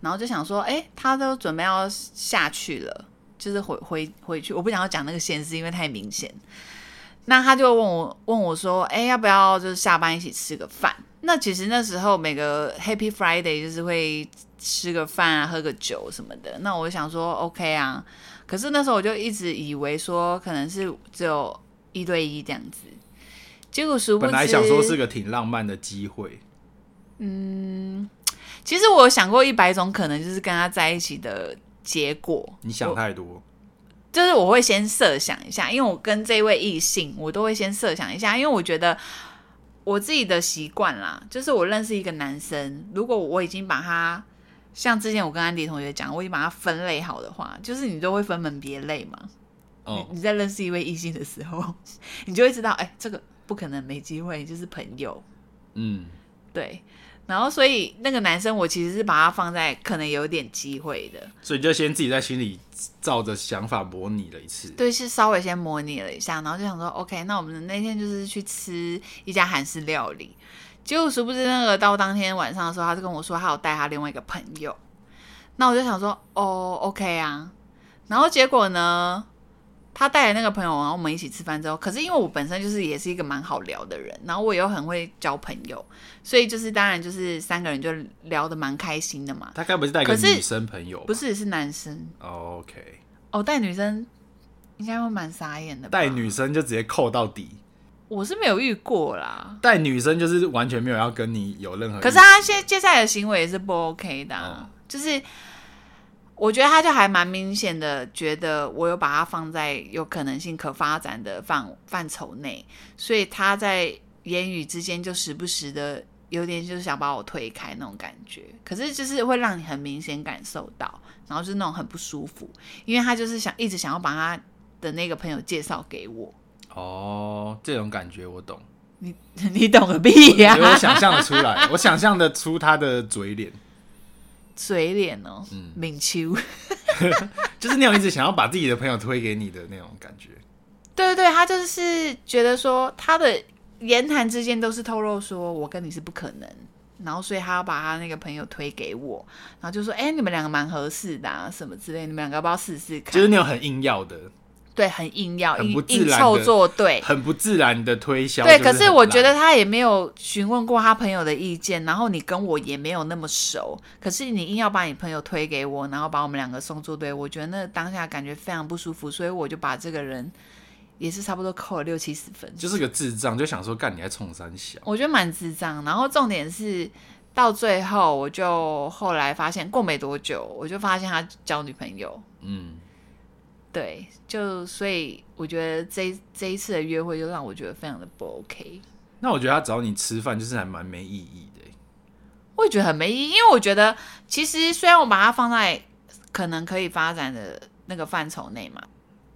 [SPEAKER 2] 然后就想说，哎、他都准备要下去了，就是回回回去。我不想要讲那个县市，因为太明显。那他就问我问我说，哎、要不要就是下班一起吃个饭？那其实那时候每个 Happy Friday 就是会吃个饭啊，喝个酒什么的。那我就想说 OK 啊，可是那时候我就一直以为说可能是只有一对一这样子，结果殊不
[SPEAKER 1] 本
[SPEAKER 2] 知
[SPEAKER 1] 来想说是个挺浪漫的机会，
[SPEAKER 2] 嗯其实我有想过一百种可能，就是跟他在一起的结果。
[SPEAKER 1] 你想太多。
[SPEAKER 2] 就是我会先设想一下，因为我跟这位异性，我都会先设想一下，因为我觉得我自己的习惯啦，就是我认识一个男生，如果我已经把他像之前我跟安迪同学讲，我已经把他分类好的话，就是你都会分门别类嘛。
[SPEAKER 1] 哦、
[SPEAKER 2] 你在认识一位异性的时候， (laughs) 你就会知道，哎、这个不可能没机会，就是朋友。
[SPEAKER 1] 嗯，
[SPEAKER 2] 对，然后所以那个男生，我其实是把他放在可能有点机会的，
[SPEAKER 1] 所以你就先自己在心里照着想法模拟了一次。
[SPEAKER 2] 对，是稍微先模拟了一下，然后就想说，OK，那我们那天就是去吃一家韩式料理。结果殊不知，那个到当天晚上的时候，他就跟我说，他有带他另外一个朋友。那我就想说，哦，OK 啊。然后结果呢，他带了那个朋友，然后我们一起吃饭之后，可是因为我本身就是也是一个蛮好聊的人，然后我又很会交朋友，所以就是当然就是三个人就聊得蛮开心的嘛。
[SPEAKER 1] 他该不是带个
[SPEAKER 2] 可是
[SPEAKER 1] 女生朋友吧？
[SPEAKER 2] 不是，是男生
[SPEAKER 1] 哦，OK，
[SPEAKER 2] 哦，带女生应该会蛮傻眼的吧。
[SPEAKER 1] 带女生就直接扣到底，
[SPEAKER 2] 我是没有遇过啦。
[SPEAKER 1] 带女生就是完全没有要跟你有任何意思。
[SPEAKER 2] 可是他现接下来的行为也是不 OK 的、啊，
[SPEAKER 1] 哦
[SPEAKER 2] 就是我觉得他就还蛮明显的，觉得我有把他放在有可能性可发展的范范畴内，所以他在言语之间就时不时的有点就是想把我推开那种感觉，可是就是会让你很明显感受到，然后就是那种很不舒服，因为他就是想一直想要把他的那个朋友介绍给我，
[SPEAKER 1] 哦，这种感觉我
[SPEAKER 2] (laughs)
[SPEAKER 1] 懂，
[SPEAKER 2] 你懂个屁啊呀、
[SPEAKER 1] 因为我想象得出来，我想象得出他的嘴脸，
[SPEAKER 2] (laughs) 嘴脸哦，
[SPEAKER 1] 嗯
[SPEAKER 2] 敏秋。
[SPEAKER 1] 就是那种一直想要把自己的朋友推给你的那种感
[SPEAKER 2] (laughs)
[SPEAKER 1] 觉。
[SPEAKER 2] 对对对，他就是觉得说他的言谈之间都是透露说我跟你是不可能，然后所以他要把他那个朋友推给我，然后就说哎、你们两个蛮合适的、啊、什么之类，你们两个要不要试试看？
[SPEAKER 1] 就是那种很硬要的、
[SPEAKER 2] 对，很硬要
[SPEAKER 1] 很不
[SPEAKER 2] 硬
[SPEAKER 1] 自
[SPEAKER 2] 硬
[SPEAKER 1] 然
[SPEAKER 2] 凑
[SPEAKER 1] 的
[SPEAKER 2] 作对。
[SPEAKER 1] 很不自然的推销。
[SPEAKER 2] 对，
[SPEAKER 1] 就
[SPEAKER 2] 可
[SPEAKER 1] 是
[SPEAKER 2] 是我
[SPEAKER 1] 很
[SPEAKER 2] 觉
[SPEAKER 1] 烂
[SPEAKER 2] 得他也没有询问过他朋友的意见，然后你跟我也没有那么熟，可是你硬要把你朋友推给我，然后把我们两个送作对，我觉得那当下感觉非常不舒服，所以我就把这个人也是差不多扣了六七十分。
[SPEAKER 1] 就是个智障，就想说干你还冲三小，
[SPEAKER 2] 我觉得蛮智障。然后重点是到最后，我就后来发现，过没多久，我就发现他交女朋友。
[SPEAKER 1] 嗯，
[SPEAKER 2] 对，就所以我觉得这这一次的约会就让我觉得非常的不 OK。
[SPEAKER 1] 那我觉得他找你吃饭就是还蛮没意义的欸。
[SPEAKER 2] 我也觉得很没意义，因为我觉得其实虽然我把它放在可能可以发展的那个范畴内嘛，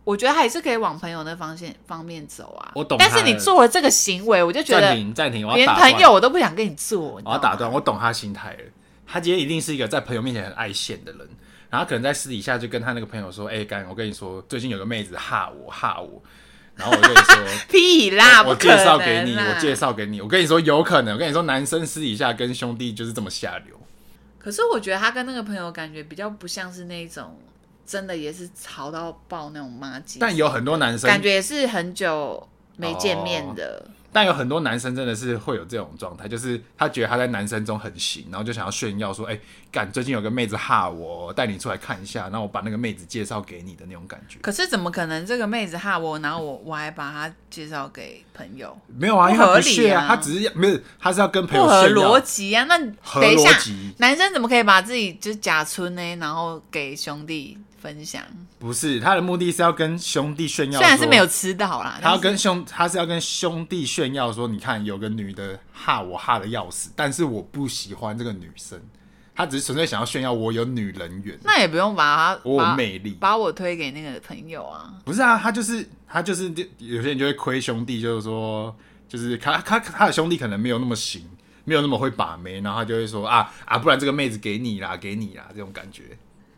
[SPEAKER 2] 我觉得还是可以往朋友那方向方面走啊。
[SPEAKER 1] 我懂
[SPEAKER 2] 但是
[SPEAKER 1] 他的
[SPEAKER 2] 你做了这个行为，我就觉
[SPEAKER 1] 暂
[SPEAKER 2] 得
[SPEAKER 1] 停，暂停，我要
[SPEAKER 2] 连
[SPEAKER 1] 打
[SPEAKER 2] 朋
[SPEAKER 1] 断，
[SPEAKER 2] 友我都不想跟你做。你知
[SPEAKER 1] 我要
[SPEAKER 2] 道吗
[SPEAKER 1] 打断，我懂他心态了。他今天一定是一个在朋友面前很爱现的人，然后可能在私底下就跟他那个朋友说：“哎、干，我跟你说，最近有个妹子哈我哈
[SPEAKER 2] (laughs)
[SPEAKER 1] 我。”然后我跟你说，
[SPEAKER 2] 屁啦！
[SPEAKER 1] 我
[SPEAKER 2] 不可
[SPEAKER 1] 介
[SPEAKER 2] 能啊
[SPEAKER 1] 绍给你，
[SPEAKER 2] 啦
[SPEAKER 1] 我介绍给你。我跟你说，有可能。我跟你说，男生私底下跟兄弟就是这么下流。
[SPEAKER 2] 可是我觉得他跟那个朋友感觉比较不像是那种真的也是吵到爆那种妈鸡，
[SPEAKER 1] 但有很多男生，
[SPEAKER 2] 感觉也是很久没见面的。
[SPEAKER 1] 但有很多男生真的是会有这种状态，就是他觉得他在男生中很行，然后就想要炫耀说：“哎、干，最近有个妹子哈我，带你出来看一下，然后我把那个妹子介绍给你的那种感觉。
[SPEAKER 2] 可是怎么可能？这个妹子哈我，然后我我还把她介绍给朋友，”
[SPEAKER 1] 没有啊，因为
[SPEAKER 2] 不
[SPEAKER 1] 他
[SPEAKER 2] 合
[SPEAKER 1] 不
[SPEAKER 2] 理啊
[SPEAKER 1] 屑啊，他只是没有，他是要跟 (laughs) 朋
[SPEAKER 2] 不
[SPEAKER 1] 友
[SPEAKER 2] 合
[SPEAKER 1] 炫
[SPEAKER 2] 逻
[SPEAKER 1] 耀。
[SPEAKER 2] 辑啊！那
[SPEAKER 1] 合
[SPEAKER 2] 等一下
[SPEAKER 1] 逻辑，
[SPEAKER 2] 男生怎么可以把自己就假村呢？然后给兄弟分享？
[SPEAKER 1] 不是他的目的是要跟兄弟炫耀，
[SPEAKER 2] 虽然是没有。吃到啦，
[SPEAKER 1] 他要
[SPEAKER 2] 但是
[SPEAKER 1] 跟兄，他是要跟兄弟炫耀说，你看有个女的哈我哈的要死，但是我不喜欢这个女生，他只是纯粹想要炫耀我有女人缘，
[SPEAKER 2] 那也不用把他
[SPEAKER 1] 我有
[SPEAKER 2] 把
[SPEAKER 1] 魅力。
[SPEAKER 2] 把我推给那个朋友啊。
[SPEAKER 1] 不是啊，他就是他就是有些人就会亏兄弟，就是说就是他他他的兄弟可能没有那么行，没有那么会把妹，然后他就会说啊啊，不然这个妹子给你啦，给你啦，这种感觉，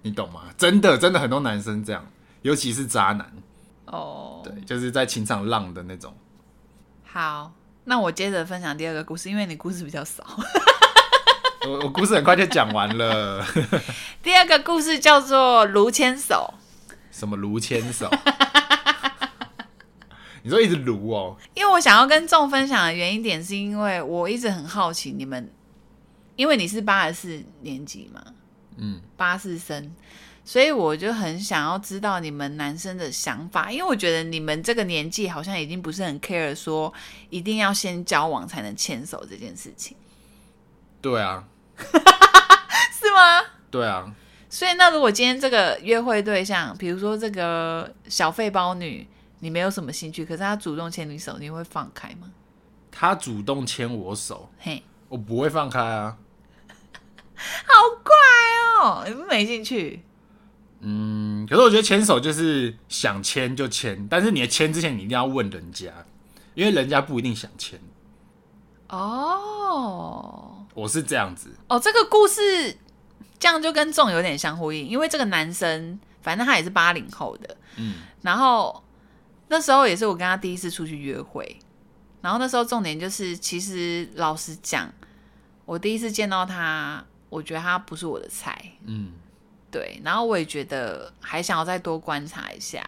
[SPEAKER 1] 你懂吗？真的真的很多男生这样，尤其是渣男，
[SPEAKER 2] 哦，
[SPEAKER 1] 对，就是在情场浪的那种。
[SPEAKER 2] 好，那我接着分享第二个故事，因为你故事比较少。
[SPEAKER 1] 我我故事很快就讲完了，
[SPEAKER 2] (laughs)
[SPEAKER 1] (laughs)
[SPEAKER 2] 第二个故事叫做卢千手，
[SPEAKER 1] 什么卢牵手， (laughs) 你说一直卢哦，
[SPEAKER 2] 因为我想要跟众分享的原因点，是因为我一直很好奇你们，因为你是八十四年级嘛，
[SPEAKER 1] 嗯，
[SPEAKER 2] 八四生，所以我就很想要知道你们男生的想法，因为我觉得你们这个年纪好像已经不是很 care 说一定要先交往才能牵手这件事情，
[SPEAKER 1] 对啊，
[SPEAKER 2] 是吗？
[SPEAKER 1] 对啊，
[SPEAKER 2] 所以那如果今天这个约会对象，比如说这个小费包女，你没有什么兴趣，可是她主动牵你手，你会放开吗？
[SPEAKER 1] 他主动牵我手，
[SPEAKER 2] 嘿，
[SPEAKER 1] 我不会放开啊，
[SPEAKER 2] 好怪哦，你们没兴趣。
[SPEAKER 1] 嗯，可是我觉得牵手就是想牵就牵，但是你的牵之前你一定要问人家，因为人家不一定想牵，
[SPEAKER 2] 哦
[SPEAKER 1] 我是这样子，
[SPEAKER 2] 哦，这个故事这样就跟众有点相呼应，因为这个男生反正他也是八零后的，
[SPEAKER 1] 嗯，
[SPEAKER 2] 然后那时候也是我跟他第一次出去约会，然后那时候重点就是，其实老实讲，我第一次见到他，我觉得他不是我的菜，
[SPEAKER 1] 嗯，
[SPEAKER 2] 对，然后我也觉得还想要再多观察一下。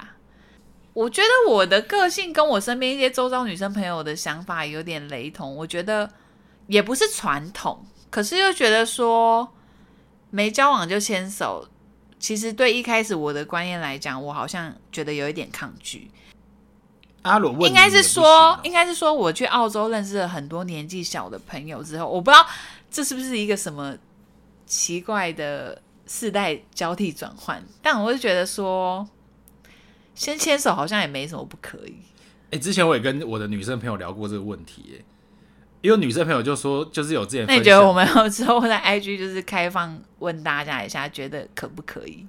[SPEAKER 2] 我觉得我的个性跟我身边一些周遭女生朋友的想法有点雷同，我觉得也不是传统，可是又觉得说没交往就牵手，其实对一开始我的观念来讲，我好像觉得有一点抗拒。
[SPEAKER 1] 阿鲁问你
[SPEAKER 2] 应该
[SPEAKER 1] 也
[SPEAKER 2] 是
[SPEAKER 1] 不
[SPEAKER 2] 说，
[SPEAKER 1] 行
[SPEAKER 2] 应
[SPEAKER 1] 啊
[SPEAKER 2] 该是说，我去澳洲认识了很多年纪小的朋友之后，我不知道这是不是一个什么奇怪的世代交替转换，但我就觉得说，先牵手好像也没什么不可以。
[SPEAKER 1] 哎、之前我也跟我的女生朋友聊过这个问题、欸，因为女生朋友就说，就是有之前
[SPEAKER 2] 那你
[SPEAKER 1] 分
[SPEAKER 2] 觉
[SPEAKER 1] 享
[SPEAKER 2] 得我们有之后在 IG 就是开放问大家一下，觉得可不可以？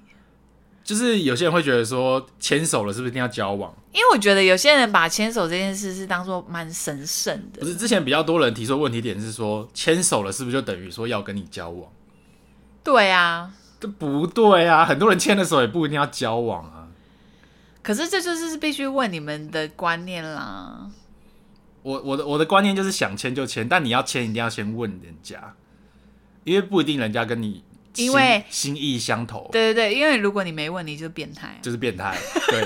[SPEAKER 1] 就是有些人会觉得说，牵手了是不是一定要交往？
[SPEAKER 2] 因为我觉得有些人把牵手这件事是当做蛮神圣
[SPEAKER 1] 不
[SPEAKER 2] 的，
[SPEAKER 1] 是，之前比较多人提出的问题点是说，牵手了是不是就等于说要跟你交往？
[SPEAKER 2] 对啊。
[SPEAKER 1] 这不对啊，很多人牵的手也不一定要交往啊。
[SPEAKER 2] 可是这就是必须问你们的观念啦。
[SPEAKER 1] 我我的我的观念就是想牵就牵，但你要牵一定要先问人家，因为不一定人家跟你心
[SPEAKER 2] 因为
[SPEAKER 1] 心意相投，
[SPEAKER 2] 对对对，因为如果你没问，你就变态啊。
[SPEAKER 1] 就是变态。对，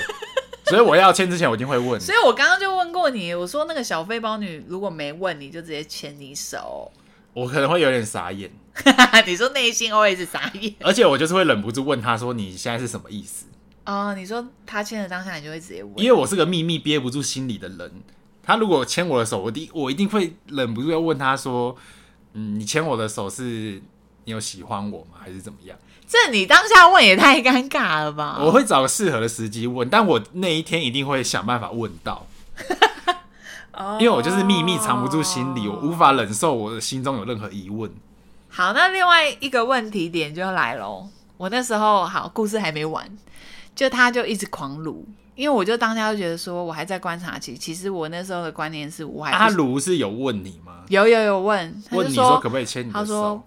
[SPEAKER 1] 所以我要牵之前我一定会问。
[SPEAKER 2] 所以我刚刚就问过你，我说那个小费包女如果没问，你就直接牵你手。 (laughs)
[SPEAKER 1] 我可能会有点傻眼，
[SPEAKER 2] 你说内心 always 傻眼
[SPEAKER 1] 而且我就是会忍不住问他说：“你现在是什么意思
[SPEAKER 2] 哦。你说他牵了当下，你就会直接？”
[SPEAKER 1] 因
[SPEAKER 2] 问。
[SPEAKER 1] 为我是个秘密憋不住心里的人。他如果牵我的手，我第我一定会忍不住要问他说：“嗯，你牵我的手是你有喜欢我吗，还是怎么样
[SPEAKER 2] 这你当下问也太尴尬了？”吧？
[SPEAKER 1] 我会找个适合的时机问，但我那一天一定会想办法问到，
[SPEAKER 2] 哦
[SPEAKER 1] 因为我就是秘密藏不住心里，我无法忍受我的心中有任何疑问。
[SPEAKER 2] 好，那另外一个问题点就来喽。我那时候好，故事还没完，就他就一直狂撸，因为我就当下就觉得说，我还在观察期。其实我那时候的观念哎是我还不
[SPEAKER 1] 阿卢是有问你吗？
[SPEAKER 2] 有有有问，他就
[SPEAKER 1] 问你说可不可以牵你
[SPEAKER 2] 他
[SPEAKER 1] 的
[SPEAKER 2] 说
[SPEAKER 1] 手？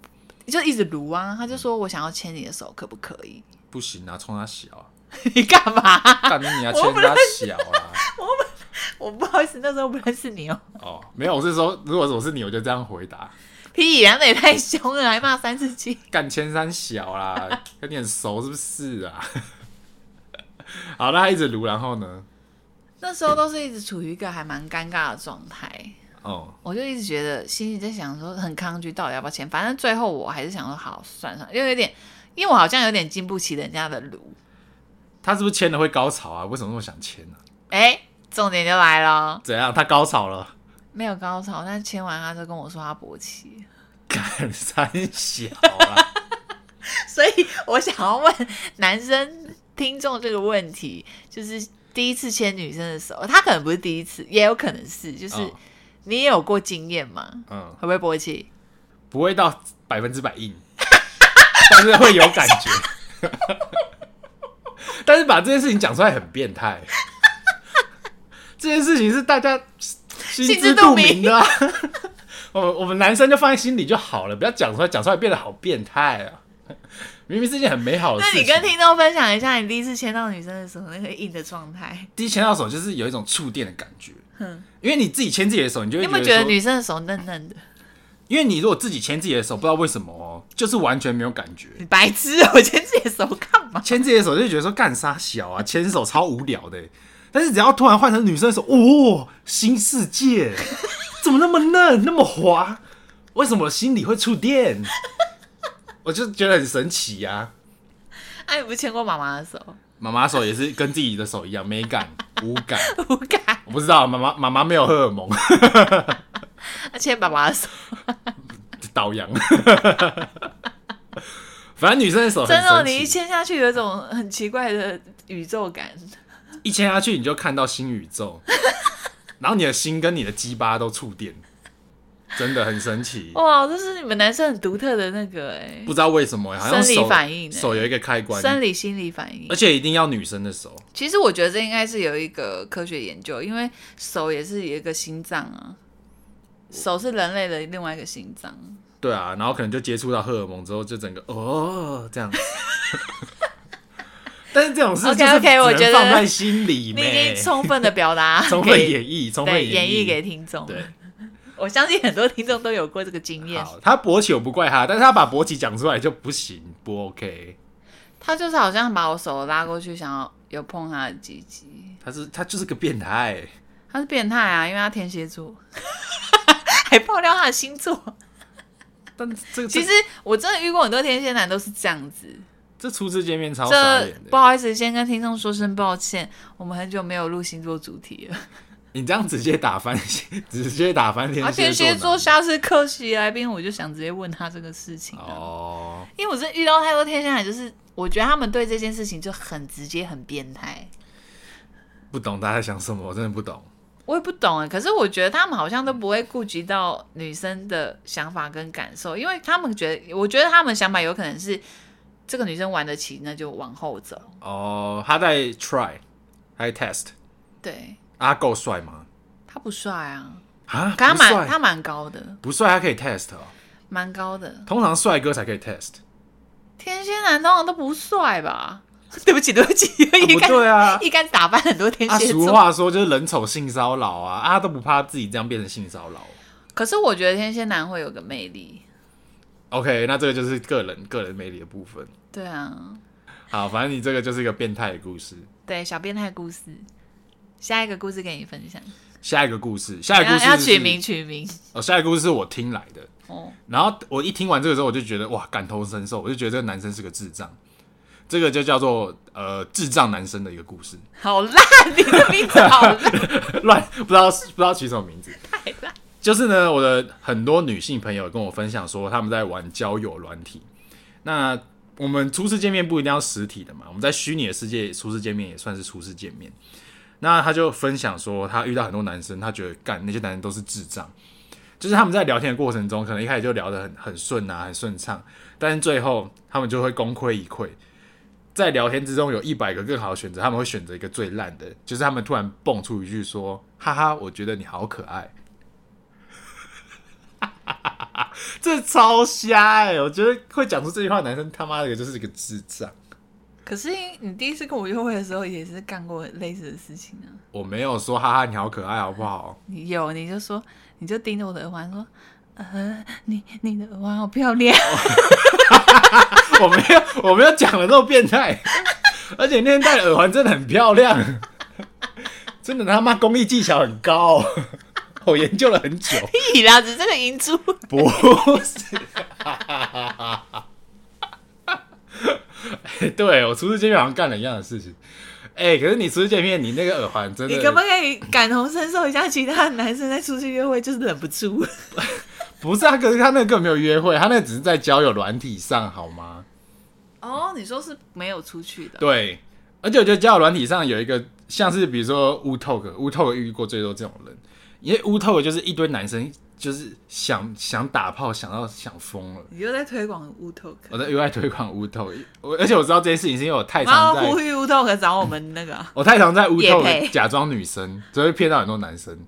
[SPEAKER 2] 就一直撸啊，他就说我想要牵你的手，可不可以？ (laughs)
[SPEAKER 1] 不行啊，冲他小啊，
[SPEAKER 2] 你干嘛？
[SPEAKER 1] 干你要
[SPEAKER 2] 我
[SPEAKER 1] 牵
[SPEAKER 2] 不
[SPEAKER 1] 他小啊！
[SPEAKER 2] 我不好意思，那时候不认识
[SPEAKER 1] (laughs)
[SPEAKER 2] 你哦。
[SPEAKER 1] 哦，没有，我是说，如果我是你，我就这样回答，
[SPEAKER 2] 屁呀，那也太凶了，还骂三十七。
[SPEAKER 1] 干千山小啦，跟你很熟是不是啊？ (laughs) 好，那他一直撸，然后呢？
[SPEAKER 2] (laughs) 那时候都是一直处于一个还蛮尴尬的状态，
[SPEAKER 1] 哦，
[SPEAKER 2] 我就一直觉得心里在想说很抗拒，到底要不要签？反正最后我还是想说好算了算了，因为有点，因为我好像有点经不起人家的撸。
[SPEAKER 1] 他是不是签了会高潮啊？为什么那么想签呢、啊？
[SPEAKER 2] 哎、重点就来了，
[SPEAKER 1] 怎样？他高潮了？
[SPEAKER 2] 没有高潮，但签完他就跟我说他勃起了。
[SPEAKER 1] 干三小啊啦，
[SPEAKER 2] 所以我想要问男生听众这个问题，就是第一次牵女生的手，他可能不是第一次，也有可能是， (laughs) 就是
[SPEAKER 1] 哦
[SPEAKER 2] 你也有过经验吗？
[SPEAKER 1] 嗯，
[SPEAKER 2] 会不会勃起？
[SPEAKER 1] 不会到百分之百硬， (laughs) 但是会有感觉。 (laughs) 但是把这件事情讲出来很变态，这件事情是大家心知肚明的、啊。 (laughs) 我我们男生就放在心里就好了，不要讲出来，讲出来变得好变态啊！明明是件很美好的
[SPEAKER 2] 那
[SPEAKER 1] 事情。
[SPEAKER 2] 你跟听众分享一下你第一次牵到女生的手那个硬的状态，
[SPEAKER 1] 第一牵到手就是有一种触电的感觉，
[SPEAKER 2] 哼，
[SPEAKER 1] 因为你自己牵自己的手，你就
[SPEAKER 2] 你
[SPEAKER 1] 会
[SPEAKER 2] 有没有
[SPEAKER 1] 觉
[SPEAKER 2] 觉
[SPEAKER 1] 得
[SPEAKER 2] 得
[SPEAKER 1] 说
[SPEAKER 2] 女生的手嫩嫩的？
[SPEAKER 1] 因为你如果自己牵自己的手，不知道为什么哦，就是完全没有感觉。
[SPEAKER 2] 你白痴哦，我牵自己的手干嘛？
[SPEAKER 1] 牵自己的手就觉得说干啥小啊，牵手超无聊的欸。但是只要突然换成女生的手，哦，新世界，怎么那么嫩，那么滑？为什么心里会触电？我就觉得很神奇啊呀、
[SPEAKER 2] 哎、你不是牵过妈妈的手， (laughs)
[SPEAKER 1] 妈妈手也是跟自己的手一样没感无感，
[SPEAKER 2] 不敢。
[SPEAKER 1] 我不知道妈妈妈妈没有荷尔蒙， (laughs)
[SPEAKER 2] 啊牵爸爸的手，
[SPEAKER 1] 倒羊。 (laughs) 反正女生的手很
[SPEAKER 2] 真的哦，
[SPEAKER 1] 神
[SPEAKER 2] 你一
[SPEAKER 1] 奇，
[SPEAKER 2] 牵下去有一种很奇怪的宇宙感。
[SPEAKER 1] 嗯一牵下去你就看到新宇
[SPEAKER 2] (laughs)
[SPEAKER 1] 宙，然后你的心跟你的鸡巴都触电，真的很神奇。
[SPEAKER 2] 哇，这是你们男生很独特的那个哎、
[SPEAKER 1] 不知道为什么欸，好像手
[SPEAKER 2] 生理反应欸
[SPEAKER 1] 手有一个开关，
[SPEAKER 2] 生理心理反应
[SPEAKER 1] 而。且一定要女生的手。
[SPEAKER 2] 其实我觉得这应该是有一个科学研究，因为手也是有一个心脏啊，手是人类的另外一个心脏。
[SPEAKER 1] 对啊，然后可能就接触到荷尔蒙之后，就整个哦
[SPEAKER 2] (laughs)
[SPEAKER 1] 这样。但是这种事
[SPEAKER 2] OK，
[SPEAKER 1] 就是
[SPEAKER 2] OK，
[SPEAKER 1] 只能
[SPEAKER 2] 我觉得
[SPEAKER 1] 放在心里
[SPEAKER 2] 你已
[SPEAKER 1] 面，
[SPEAKER 2] 经充分的表
[SPEAKER 1] (laughs)
[SPEAKER 2] 达给，
[SPEAKER 1] 充分演绎，充分
[SPEAKER 2] 对演
[SPEAKER 1] 绎
[SPEAKER 2] 绎给听众。
[SPEAKER 1] 对。
[SPEAKER 2] 我相信很多听众都有过这个经验。
[SPEAKER 1] 好，他勃起我不怪他，但是他把勃起讲出来就不行，不 OK。
[SPEAKER 2] 他就是好像把我手拉过去，想要有碰他的鸡鸡。
[SPEAKER 1] 他是他就是个变态，
[SPEAKER 2] 他是变态啊，因为他天蝎座，
[SPEAKER 1] (laughs)
[SPEAKER 2] 还爆料他的星座。
[SPEAKER 1] 但这个
[SPEAKER 2] 其实我真的遇过很多天蝎男都是这样子。
[SPEAKER 1] 这这初次见面超傻
[SPEAKER 2] 这
[SPEAKER 1] 眼
[SPEAKER 2] 不
[SPEAKER 1] 的。
[SPEAKER 2] 好意思，先跟听众说声抱歉，我们很久没有录星座主题了。
[SPEAKER 1] 你这样直接打翻，直接打翻天
[SPEAKER 2] 而啊天
[SPEAKER 1] 蝎
[SPEAKER 2] 蝎
[SPEAKER 1] 座
[SPEAKER 2] 座
[SPEAKER 1] 男
[SPEAKER 2] 下次客席来宾，我就想直接问他这个事情、啊。
[SPEAKER 1] 哦。
[SPEAKER 2] 因为我真的遇到太多天蝎男，就是我觉得他们对这件事情就很直接、很变态。
[SPEAKER 1] 不懂大家在想什么，我真的不懂。
[SPEAKER 2] 我也不懂哎，可是我觉得他们好像都不会顾及到女生的想法跟感受，因为他们觉得，我觉得他们想法有可能是这个女生玩得起，那就往后走。
[SPEAKER 1] 哦，他在 try，他在 test。
[SPEAKER 2] 对
[SPEAKER 1] 阿够帅吗？
[SPEAKER 2] 他不帅啊，
[SPEAKER 1] 啊，
[SPEAKER 2] 可他
[SPEAKER 1] 不帅
[SPEAKER 2] 蛮他蛮高的，
[SPEAKER 1] 不帅，他可以 test 哦。
[SPEAKER 2] 蛮高的。
[SPEAKER 1] 通常帅哥才可以 test。
[SPEAKER 2] 天蝎男通常都不
[SPEAKER 1] (laughs)
[SPEAKER 2] 帅吧？对不起，对不起， (laughs) 一
[SPEAKER 1] 不
[SPEAKER 2] 竿、
[SPEAKER 1] 对啊，
[SPEAKER 2] 一竿打翻很多天
[SPEAKER 1] 啊，
[SPEAKER 2] 蝎
[SPEAKER 1] 俗
[SPEAKER 2] 座。
[SPEAKER 1] 话说就是人丑性骚扰啊，啊他都不怕自己这样变成性骚扰。
[SPEAKER 2] 可是我觉得天蝎男会有个魅力。
[SPEAKER 1] OK，那这个就是个人个人魅力的部分。
[SPEAKER 2] 对啊，
[SPEAKER 1] 好，反正你这个就是一个变态的故事。
[SPEAKER 2] 对小变态故事。下一个故事给你分享，
[SPEAKER 1] 下一个故事，下一个
[SPEAKER 2] 要
[SPEAKER 1] 故事
[SPEAKER 2] 要
[SPEAKER 1] 是
[SPEAKER 2] 取名取名
[SPEAKER 1] 哦，下一个故事是我听来的。
[SPEAKER 2] 哦。
[SPEAKER 1] 然后我一听完这个之后，我就觉得哇，感同身受，我就觉得这个男生是个智障，这个就叫做呃智障男生的一个故事，
[SPEAKER 2] 好烂，你的名字好
[SPEAKER 1] (laughs)
[SPEAKER 2] 烂，
[SPEAKER 1] 乱不知道不知道取什么名字。
[SPEAKER 2] 太烂。
[SPEAKER 1] 就是呢，我的很多女性朋友跟我分享说，他们在玩交友软体。那我们初次见面不一定要实体的嘛，我们在虚拟的世界初次见面也算是初次见面。那他就分享说，他遇到很多男生，他觉得干那些男人都是智障，就是他们在聊天的过程中，可能一开始就聊得很很顺啊，很顺畅，但是最后他们就会功亏一篑。在聊天之中有一百个更好的选择，他们会选择一个最烂的，就是他们突然蹦出一句说：“哈哈，我觉得你好可爱。” (laughs) 这超瞎哎、我觉得会讲出这句话的男生他妈的就是个智障。
[SPEAKER 2] 可是你第一次跟我约会的时候，也是干过类似的事情啊。
[SPEAKER 1] 我没有说哈哈你好可爱好不好？
[SPEAKER 2] 你有，你就说，你就盯着我的耳环说，呃，你你的耳环好漂
[SPEAKER 1] (laughs)
[SPEAKER 2] 亮。 (laughs)
[SPEAKER 1] 我没有我没有讲的那么变态，而且那天戴的耳环真的很漂亮，真的他妈工艺技巧很高、我研究了很久。
[SPEAKER 2] 屁啦，只是这个银珠。
[SPEAKER 1] 不是， (laughs) 哎对我初次见面好像干了一样的事情。哎、可是你初次见面，你那个耳环真的
[SPEAKER 2] 你可不可以感同身受一下？其他男生在出去约会就是忍不住，
[SPEAKER 1] 不是啊？可是他那个根本没有约会，他那个只是在交友软体上，好吗？
[SPEAKER 2] 哦，你说是没有出去的，
[SPEAKER 1] 对，而且我觉得交友软体上有一个像是比如说 w Talk w Talk 遇过最多这种人，因为 w Talk 就是一堆男生就是想想打炮想到想疯了。
[SPEAKER 2] 你又在推广乌托克。
[SPEAKER 1] 我在又在推广 w Talk，我而且我知道这件事情是因为我太
[SPEAKER 2] 我们要
[SPEAKER 1] 常
[SPEAKER 2] 呼
[SPEAKER 1] 在
[SPEAKER 2] 吁乌托克找我们那个啊、
[SPEAKER 1] 我太常在 w
[SPEAKER 2] 业
[SPEAKER 1] Talk
[SPEAKER 2] 配
[SPEAKER 1] 假装女生，只会骗到很多男生。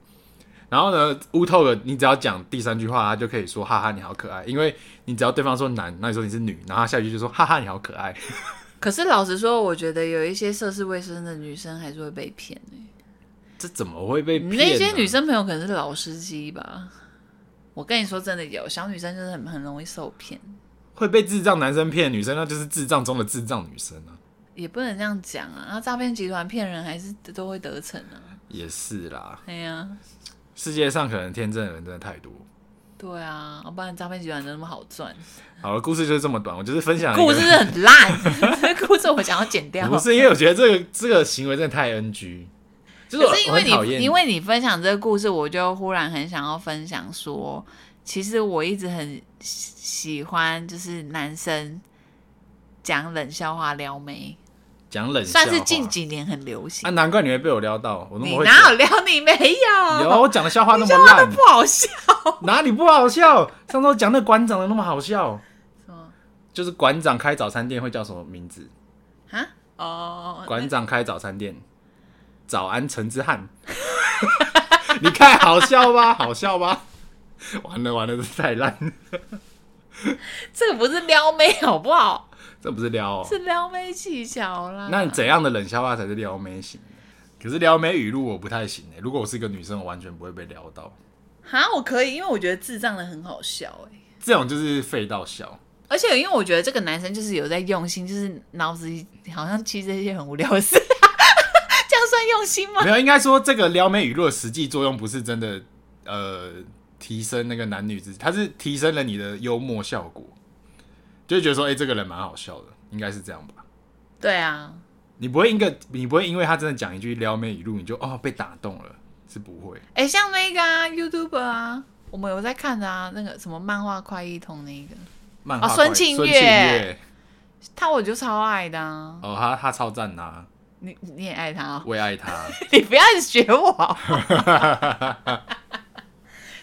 [SPEAKER 1] 然后呢 w Talk 你只要讲第三句话，他就可以说哈哈你好可爱，因为你只要对方说男，那你说你是女，然后他下一句就说哈哈你好可爱。 (laughs)
[SPEAKER 2] 可是老实说，我觉得有一些涉世未深的女生还是会被骗、欸
[SPEAKER 1] 这怎么会被
[SPEAKER 2] 你
[SPEAKER 1] 骗、
[SPEAKER 2] 那些女，生朋友可能是老司机吧？我跟你说真的有，小女生就是很很容易受骗，
[SPEAKER 1] 会被智障男生骗的女生，那就是智障中的智障女生啊，
[SPEAKER 2] 也不能这样讲啊。那诈骗集团骗人还是都会得逞啊。
[SPEAKER 1] 也是啦。
[SPEAKER 2] 哎呀、
[SPEAKER 1] 世界上可能天真的人真的太多。
[SPEAKER 2] 对啊，要不然诈骗集团怎么那么好赚？
[SPEAKER 1] 好了，故事就是这么短，我就是分享一个
[SPEAKER 2] (laughs) 故
[SPEAKER 1] (laughs)
[SPEAKER 2] 事很烂，这个故事我想要剪掉。
[SPEAKER 1] 不是因为我觉得这个这个行为真的太 NG，就是我
[SPEAKER 2] 可是因
[SPEAKER 1] 我很讨
[SPEAKER 2] 为你
[SPEAKER 1] 厌
[SPEAKER 2] 因为你分享这个故事，我就忽然很想要分享说，其实我一直很喜喜欢就是男生讲冷笑话撩妹，
[SPEAKER 1] 讲冷笑话
[SPEAKER 2] 算是近几年很流行。
[SPEAKER 1] 啊，难怪你会被我撩到，我那
[SPEAKER 2] 你
[SPEAKER 1] 么会
[SPEAKER 2] 哪
[SPEAKER 1] 讲
[SPEAKER 2] 有撩你没有？
[SPEAKER 1] 有啊我讲的笑话那么
[SPEAKER 2] 笑话都
[SPEAKER 1] 烂
[SPEAKER 2] 不，好笑。
[SPEAKER 1] 哪里不好笑？上周讲那馆长的那么好笑，
[SPEAKER 2] 什么
[SPEAKER 1] 就是馆长开早餐店会叫什么名字？
[SPEAKER 2] 啊？哦，
[SPEAKER 1] 馆长开早餐店，早安陈之汉， (laughs) 你看好笑吧？ (laughs) 好笑吧？完了完了，这太烂，
[SPEAKER 2] 这个不是撩妹好不好？
[SPEAKER 1] 这不是撩哦。
[SPEAKER 2] 是啊撩妹技巧啦。
[SPEAKER 1] 那你怎样的冷笑话才是撩妹型的？可是撩妹语录我不太行诶、欸如果我是一个女生，我完全不会被撩到。
[SPEAKER 2] 哈，我可以，因为我觉得智障的很好笑哎、
[SPEAKER 1] 这种就是废到笑，
[SPEAKER 2] 而且因为我觉得这个男生就是有在用心，就是脑子里好像其实这些很无聊的事，这样算用心吗
[SPEAKER 1] (laughs) 没？有应该说这个撩妹语录的实际作用不是真的，呃，提升那个男女之，它是提升了你的幽默效果，就会觉得说，哎、这个人蛮好笑的，应该是这样吧。
[SPEAKER 2] 对啊，
[SPEAKER 1] 你不会因个，你不会因为他真的讲一句撩妹语录，你就哦被打动了，是不会。
[SPEAKER 2] 哎、像那个啊，YouTube 啊，我们有在看的啊，那个什么漫画快一通那一个，
[SPEAKER 1] 漫画
[SPEAKER 2] 哦
[SPEAKER 1] 怪、
[SPEAKER 2] 孙庆
[SPEAKER 1] 孙
[SPEAKER 2] 月
[SPEAKER 1] 庆月，
[SPEAKER 2] 他我就超爱的啊，
[SPEAKER 1] 哦，他他超赞呐，
[SPEAKER 2] 你你也爱他哦，
[SPEAKER 1] 我也爱他。
[SPEAKER 2] (laughs)
[SPEAKER 1] (laughs)
[SPEAKER 2] 你不要一直学我 (laughs) 好不好，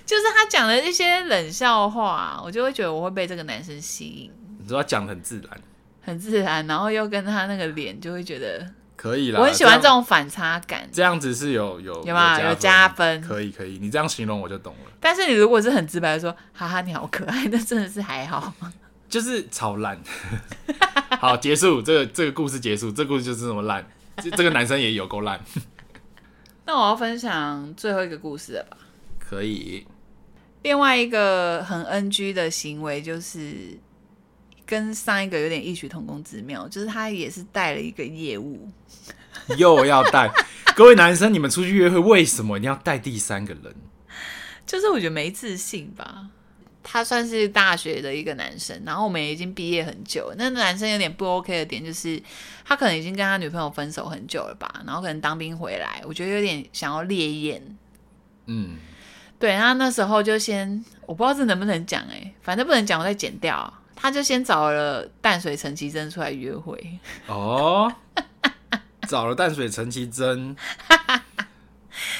[SPEAKER 2] 就是他讲的一些冷笑话，啊我就会觉得我会被这个男生吸引，
[SPEAKER 1] 你说他嗯讲的很自然，
[SPEAKER 2] 很自然，然后又跟他那个脸就会觉得，
[SPEAKER 1] 可以啦。
[SPEAKER 2] 我很喜欢这
[SPEAKER 1] 样
[SPEAKER 2] 种反差感。
[SPEAKER 1] 这样子是有有
[SPEAKER 2] 有吗有加分
[SPEAKER 1] 可以可以，你这样形容我就懂了，
[SPEAKER 2] 但是你如果是很直白的说，哈哈，你好可爱，那真的是还好。
[SPEAKER 1] 就是超烂。 (laughs) 好，结束这个这个故事结束，这个故事就是这么烂，这这个男生也有够烂，
[SPEAKER 2] (laughs) 那我要分享最后一个故事了吧。
[SPEAKER 1] 可以
[SPEAKER 2] 另外一个很 NG 的行为就是跟上一个有点异曲同工之妙，就是他也是带了一个业务，
[SPEAKER 1] 又要带各位男生，你们出去约会为什么一定要带第三个人？
[SPEAKER 2] 就是我觉得没自信吧。他算是大学的一个男生，然后我们也已经毕业很久了。那男生有点不 OK 的点就是，他可能已经跟他女朋友分手很久了吧，然后可能当兵回来，我觉得有点想要烈焰，
[SPEAKER 1] 嗯，
[SPEAKER 2] 对，他那时候就先，我不知道这能不能讲哎、反正不能讲，我再剪掉啊、他就先找了淡水陈绮贞出来约会， (laughs)
[SPEAKER 1] 哦，找了淡水陈其贞，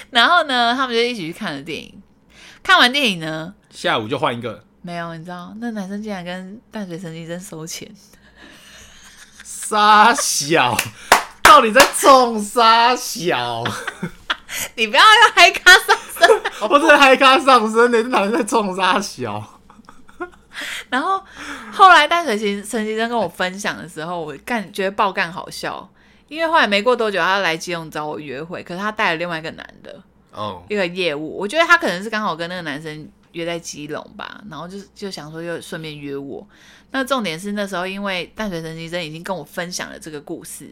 [SPEAKER 2] 然后呢，他们就一起去看了电影。看完电影呢，
[SPEAKER 1] 下午就换一个，
[SPEAKER 2] 没有，你知道，那男生竟然跟淡水陈绮贞收钱， (laughs)
[SPEAKER 1] 傻小，到底在冲傻小？
[SPEAKER 2] 你不要用嗨咖上身。
[SPEAKER 1] 我真的嗨咖上身的，这男的在冲傻小。
[SPEAKER 2] 然后后来淡水陈陈绮贞跟我分享的时候，我干觉得爆干好笑，因为后来没过多久，他来基隆找我约会，可是他带了另外一个男的，
[SPEAKER 1] 哦，
[SPEAKER 2] 一个业务，我觉得他可能是刚好跟那个男生约在基隆吧，然后就是就想说又顺便约我。那重点是那时候因为淡水陈绮贞已经跟我分享了这个故事，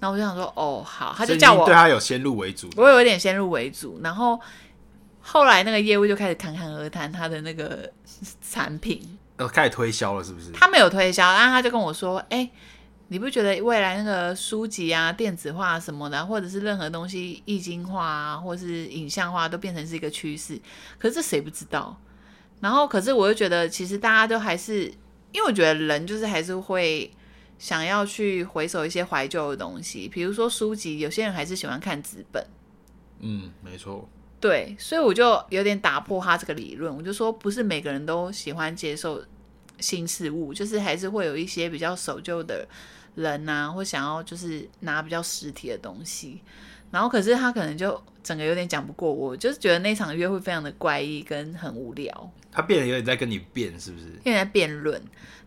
[SPEAKER 2] 然后我就想说哦好，他
[SPEAKER 1] 他
[SPEAKER 2] 就叫我
[SPEAKER 1] 对，他有先入为主。
[SPEAKER 2] 我有一点先入为主，然后后来那个业务就开始侃侃而谈他的那个产品，
[SPEAKER 1] 呃，开始推销了，是不是？
[SPEAKER 2] 他没有推销，然后他就跟我说，哎、你不觉得未来那个书籍啊、电子化什么的，或者是任何东西易经化啊，或是影像化，都变成是一个趋势？可是这谁不知道？然后，可是我又觉得，其实大家都还是，因为我觉得人就是还是会想要去回首一些怀旧的东西，比如说书籍，有些人还是喜欢看纸本。
[SPEAKER 1] 嗯，没错。
[SPEAKER 2] 对，所以我就有点打破他这个理论，我就说不是每个人都喜欢接受新事物，就是还是会有一些比较守旧的人呐、会想要就是拿比较实体的东西。然后可是他可能就整个有点讲不过我，就是觉得那场约会非常的怪异跟很无聊，
[SPEAKER 1] 他变得有点在跟你辩，是不是？
[SPEAKER 2] 因为在辩论。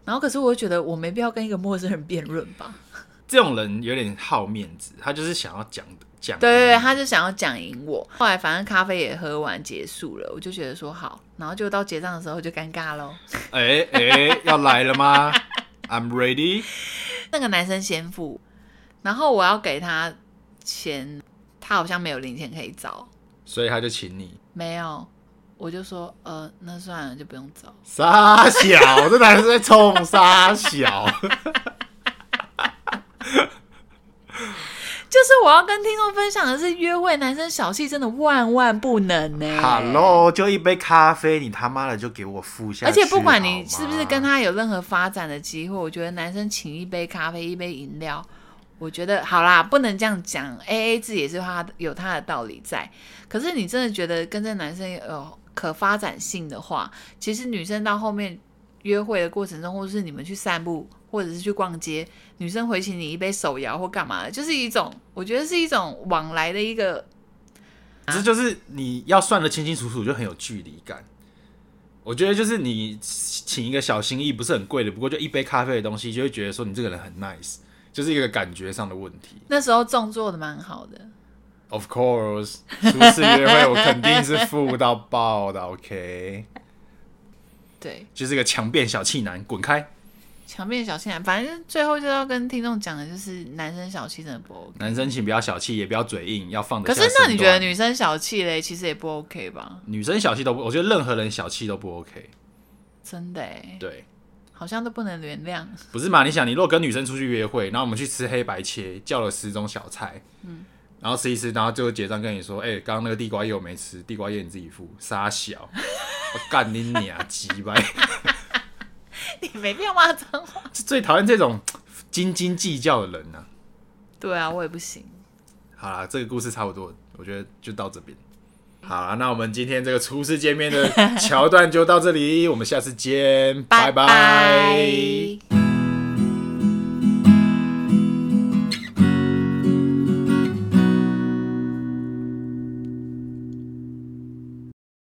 [SPEAKER 2] 然后可是我又觉得我没必要跟一个陌生人辩论吧，
[SPEAKER 1] 这种人有点好面子，他就是想要讲讲。
[SPEAKER 2] 对对对，他就想要讲赢我。后来反正咖啡也喝完结束了，我就觉得说好，然后就到结账的时候就尴尬喽。
[SPEAKER 1] 哎哎，要来了吗 (laughs) ？I'm ready。
[SPEAKER 2] 那个男生先付，然后我要给他钱，他好像没有零钱可以找，
[SPEAKER 1] 所以他就请你。
[SPEAKER 2] 没有，我就说呃，那算了，就不用找。
[SPEAKER 1] 傻小，这男生在冲傻
[SPEAKER 2] (laughs)
[SPEAKER 1] 小。
[SPEAKER 2] 就是我要跟听众分享的是，约会男生小气真的万万不能呢、欸
[SPEAKER 1] Hello，就一杯咖啡，你他妈的就给我付下去。
[SPEAKER 2] 而且不管你
[SPEAKER 1] 好吗
[SPEAKER 2] 是不是跟，他有任何发展的机会，我觉得男生请一杯咖啡、一杯饮料，我觉得好啦，不能这样讲，A A 制也是有他的有他的道理在。可是你真的觉得跟这男生有可发展性的话，其实女生到后面约会的过程中，或者是你们去散步，或者是去逛街，女生回请你一杯手摇或干嘛的，就是一种我觉得是一种往来的一个啊
[SPEAKER 1] 这就是你要算的清清楚楚，就很有距离感。我觉得就是你请一个小心意，不是很贵的，不过就一杯咖啡的东西，就会觉得说你这个人很 nice，就是一个感觉上的问题。
[SPEAKER 2] 那时候重做的蛮好的。
[SPEAKER 1] Of course，初次约会我肯定是付到爆的，OK， (laughs)
[SPEAKER 2] 对，
[SPEAKER 1] 就是个强辩小气男，滚开！
[SPEAKER 2] 强辩小气男，反正最后就要跟听众讲的就是，男生小气真的不 OK。
[SPEAKER 1] 男生请不要小气，也不要嘴硬，要放得
[SPEAKER 2] 可
[SPEAKER 1] 下
[SPEAKER 2] 是那
[SPEAKER 1] 身
[SPEAKER 2] 你觉得
[SPEAKER 1] 段
[SPEAKER 2] 女生小气嘞，其实也不 OK 吧？
[SPEAKER 1] 女生小气都不，我觉得任何人小气都不 OK。
[SPEAKER 2] 真的哎，
[SPEAKER 1] 对，
[SPEAKER 2] 好像都不能原谅。
[SPEAKER 1] 不是嘛？你想，你如果跟女生出去约会，然后我们去吃黑白切，叫了十种小菜，然后吃一吃，然后最后结账跟你说，哎、刚刚那个地瓜叶我没吃，地瓜叶你自己付，傻小， (laughs) 我干你娘鸡掰！
[SPEAKER 2] (laughs)
[SPEAKER 1] (laughs)
[SPEAKER 2] 你没必要骂脏话。
[SPEAKER 1] 就最讨厌这种斤斤计较的人呐、
[SPEAKER 2] 对啊，我也不行。
[SPEAKER 1] 好啦，这个故事差不多，我觉得就到这边。好啦，那我们今天这个初次见面的桥段就到这里，我们下次见，拜
[SPEAKER 2] 拜。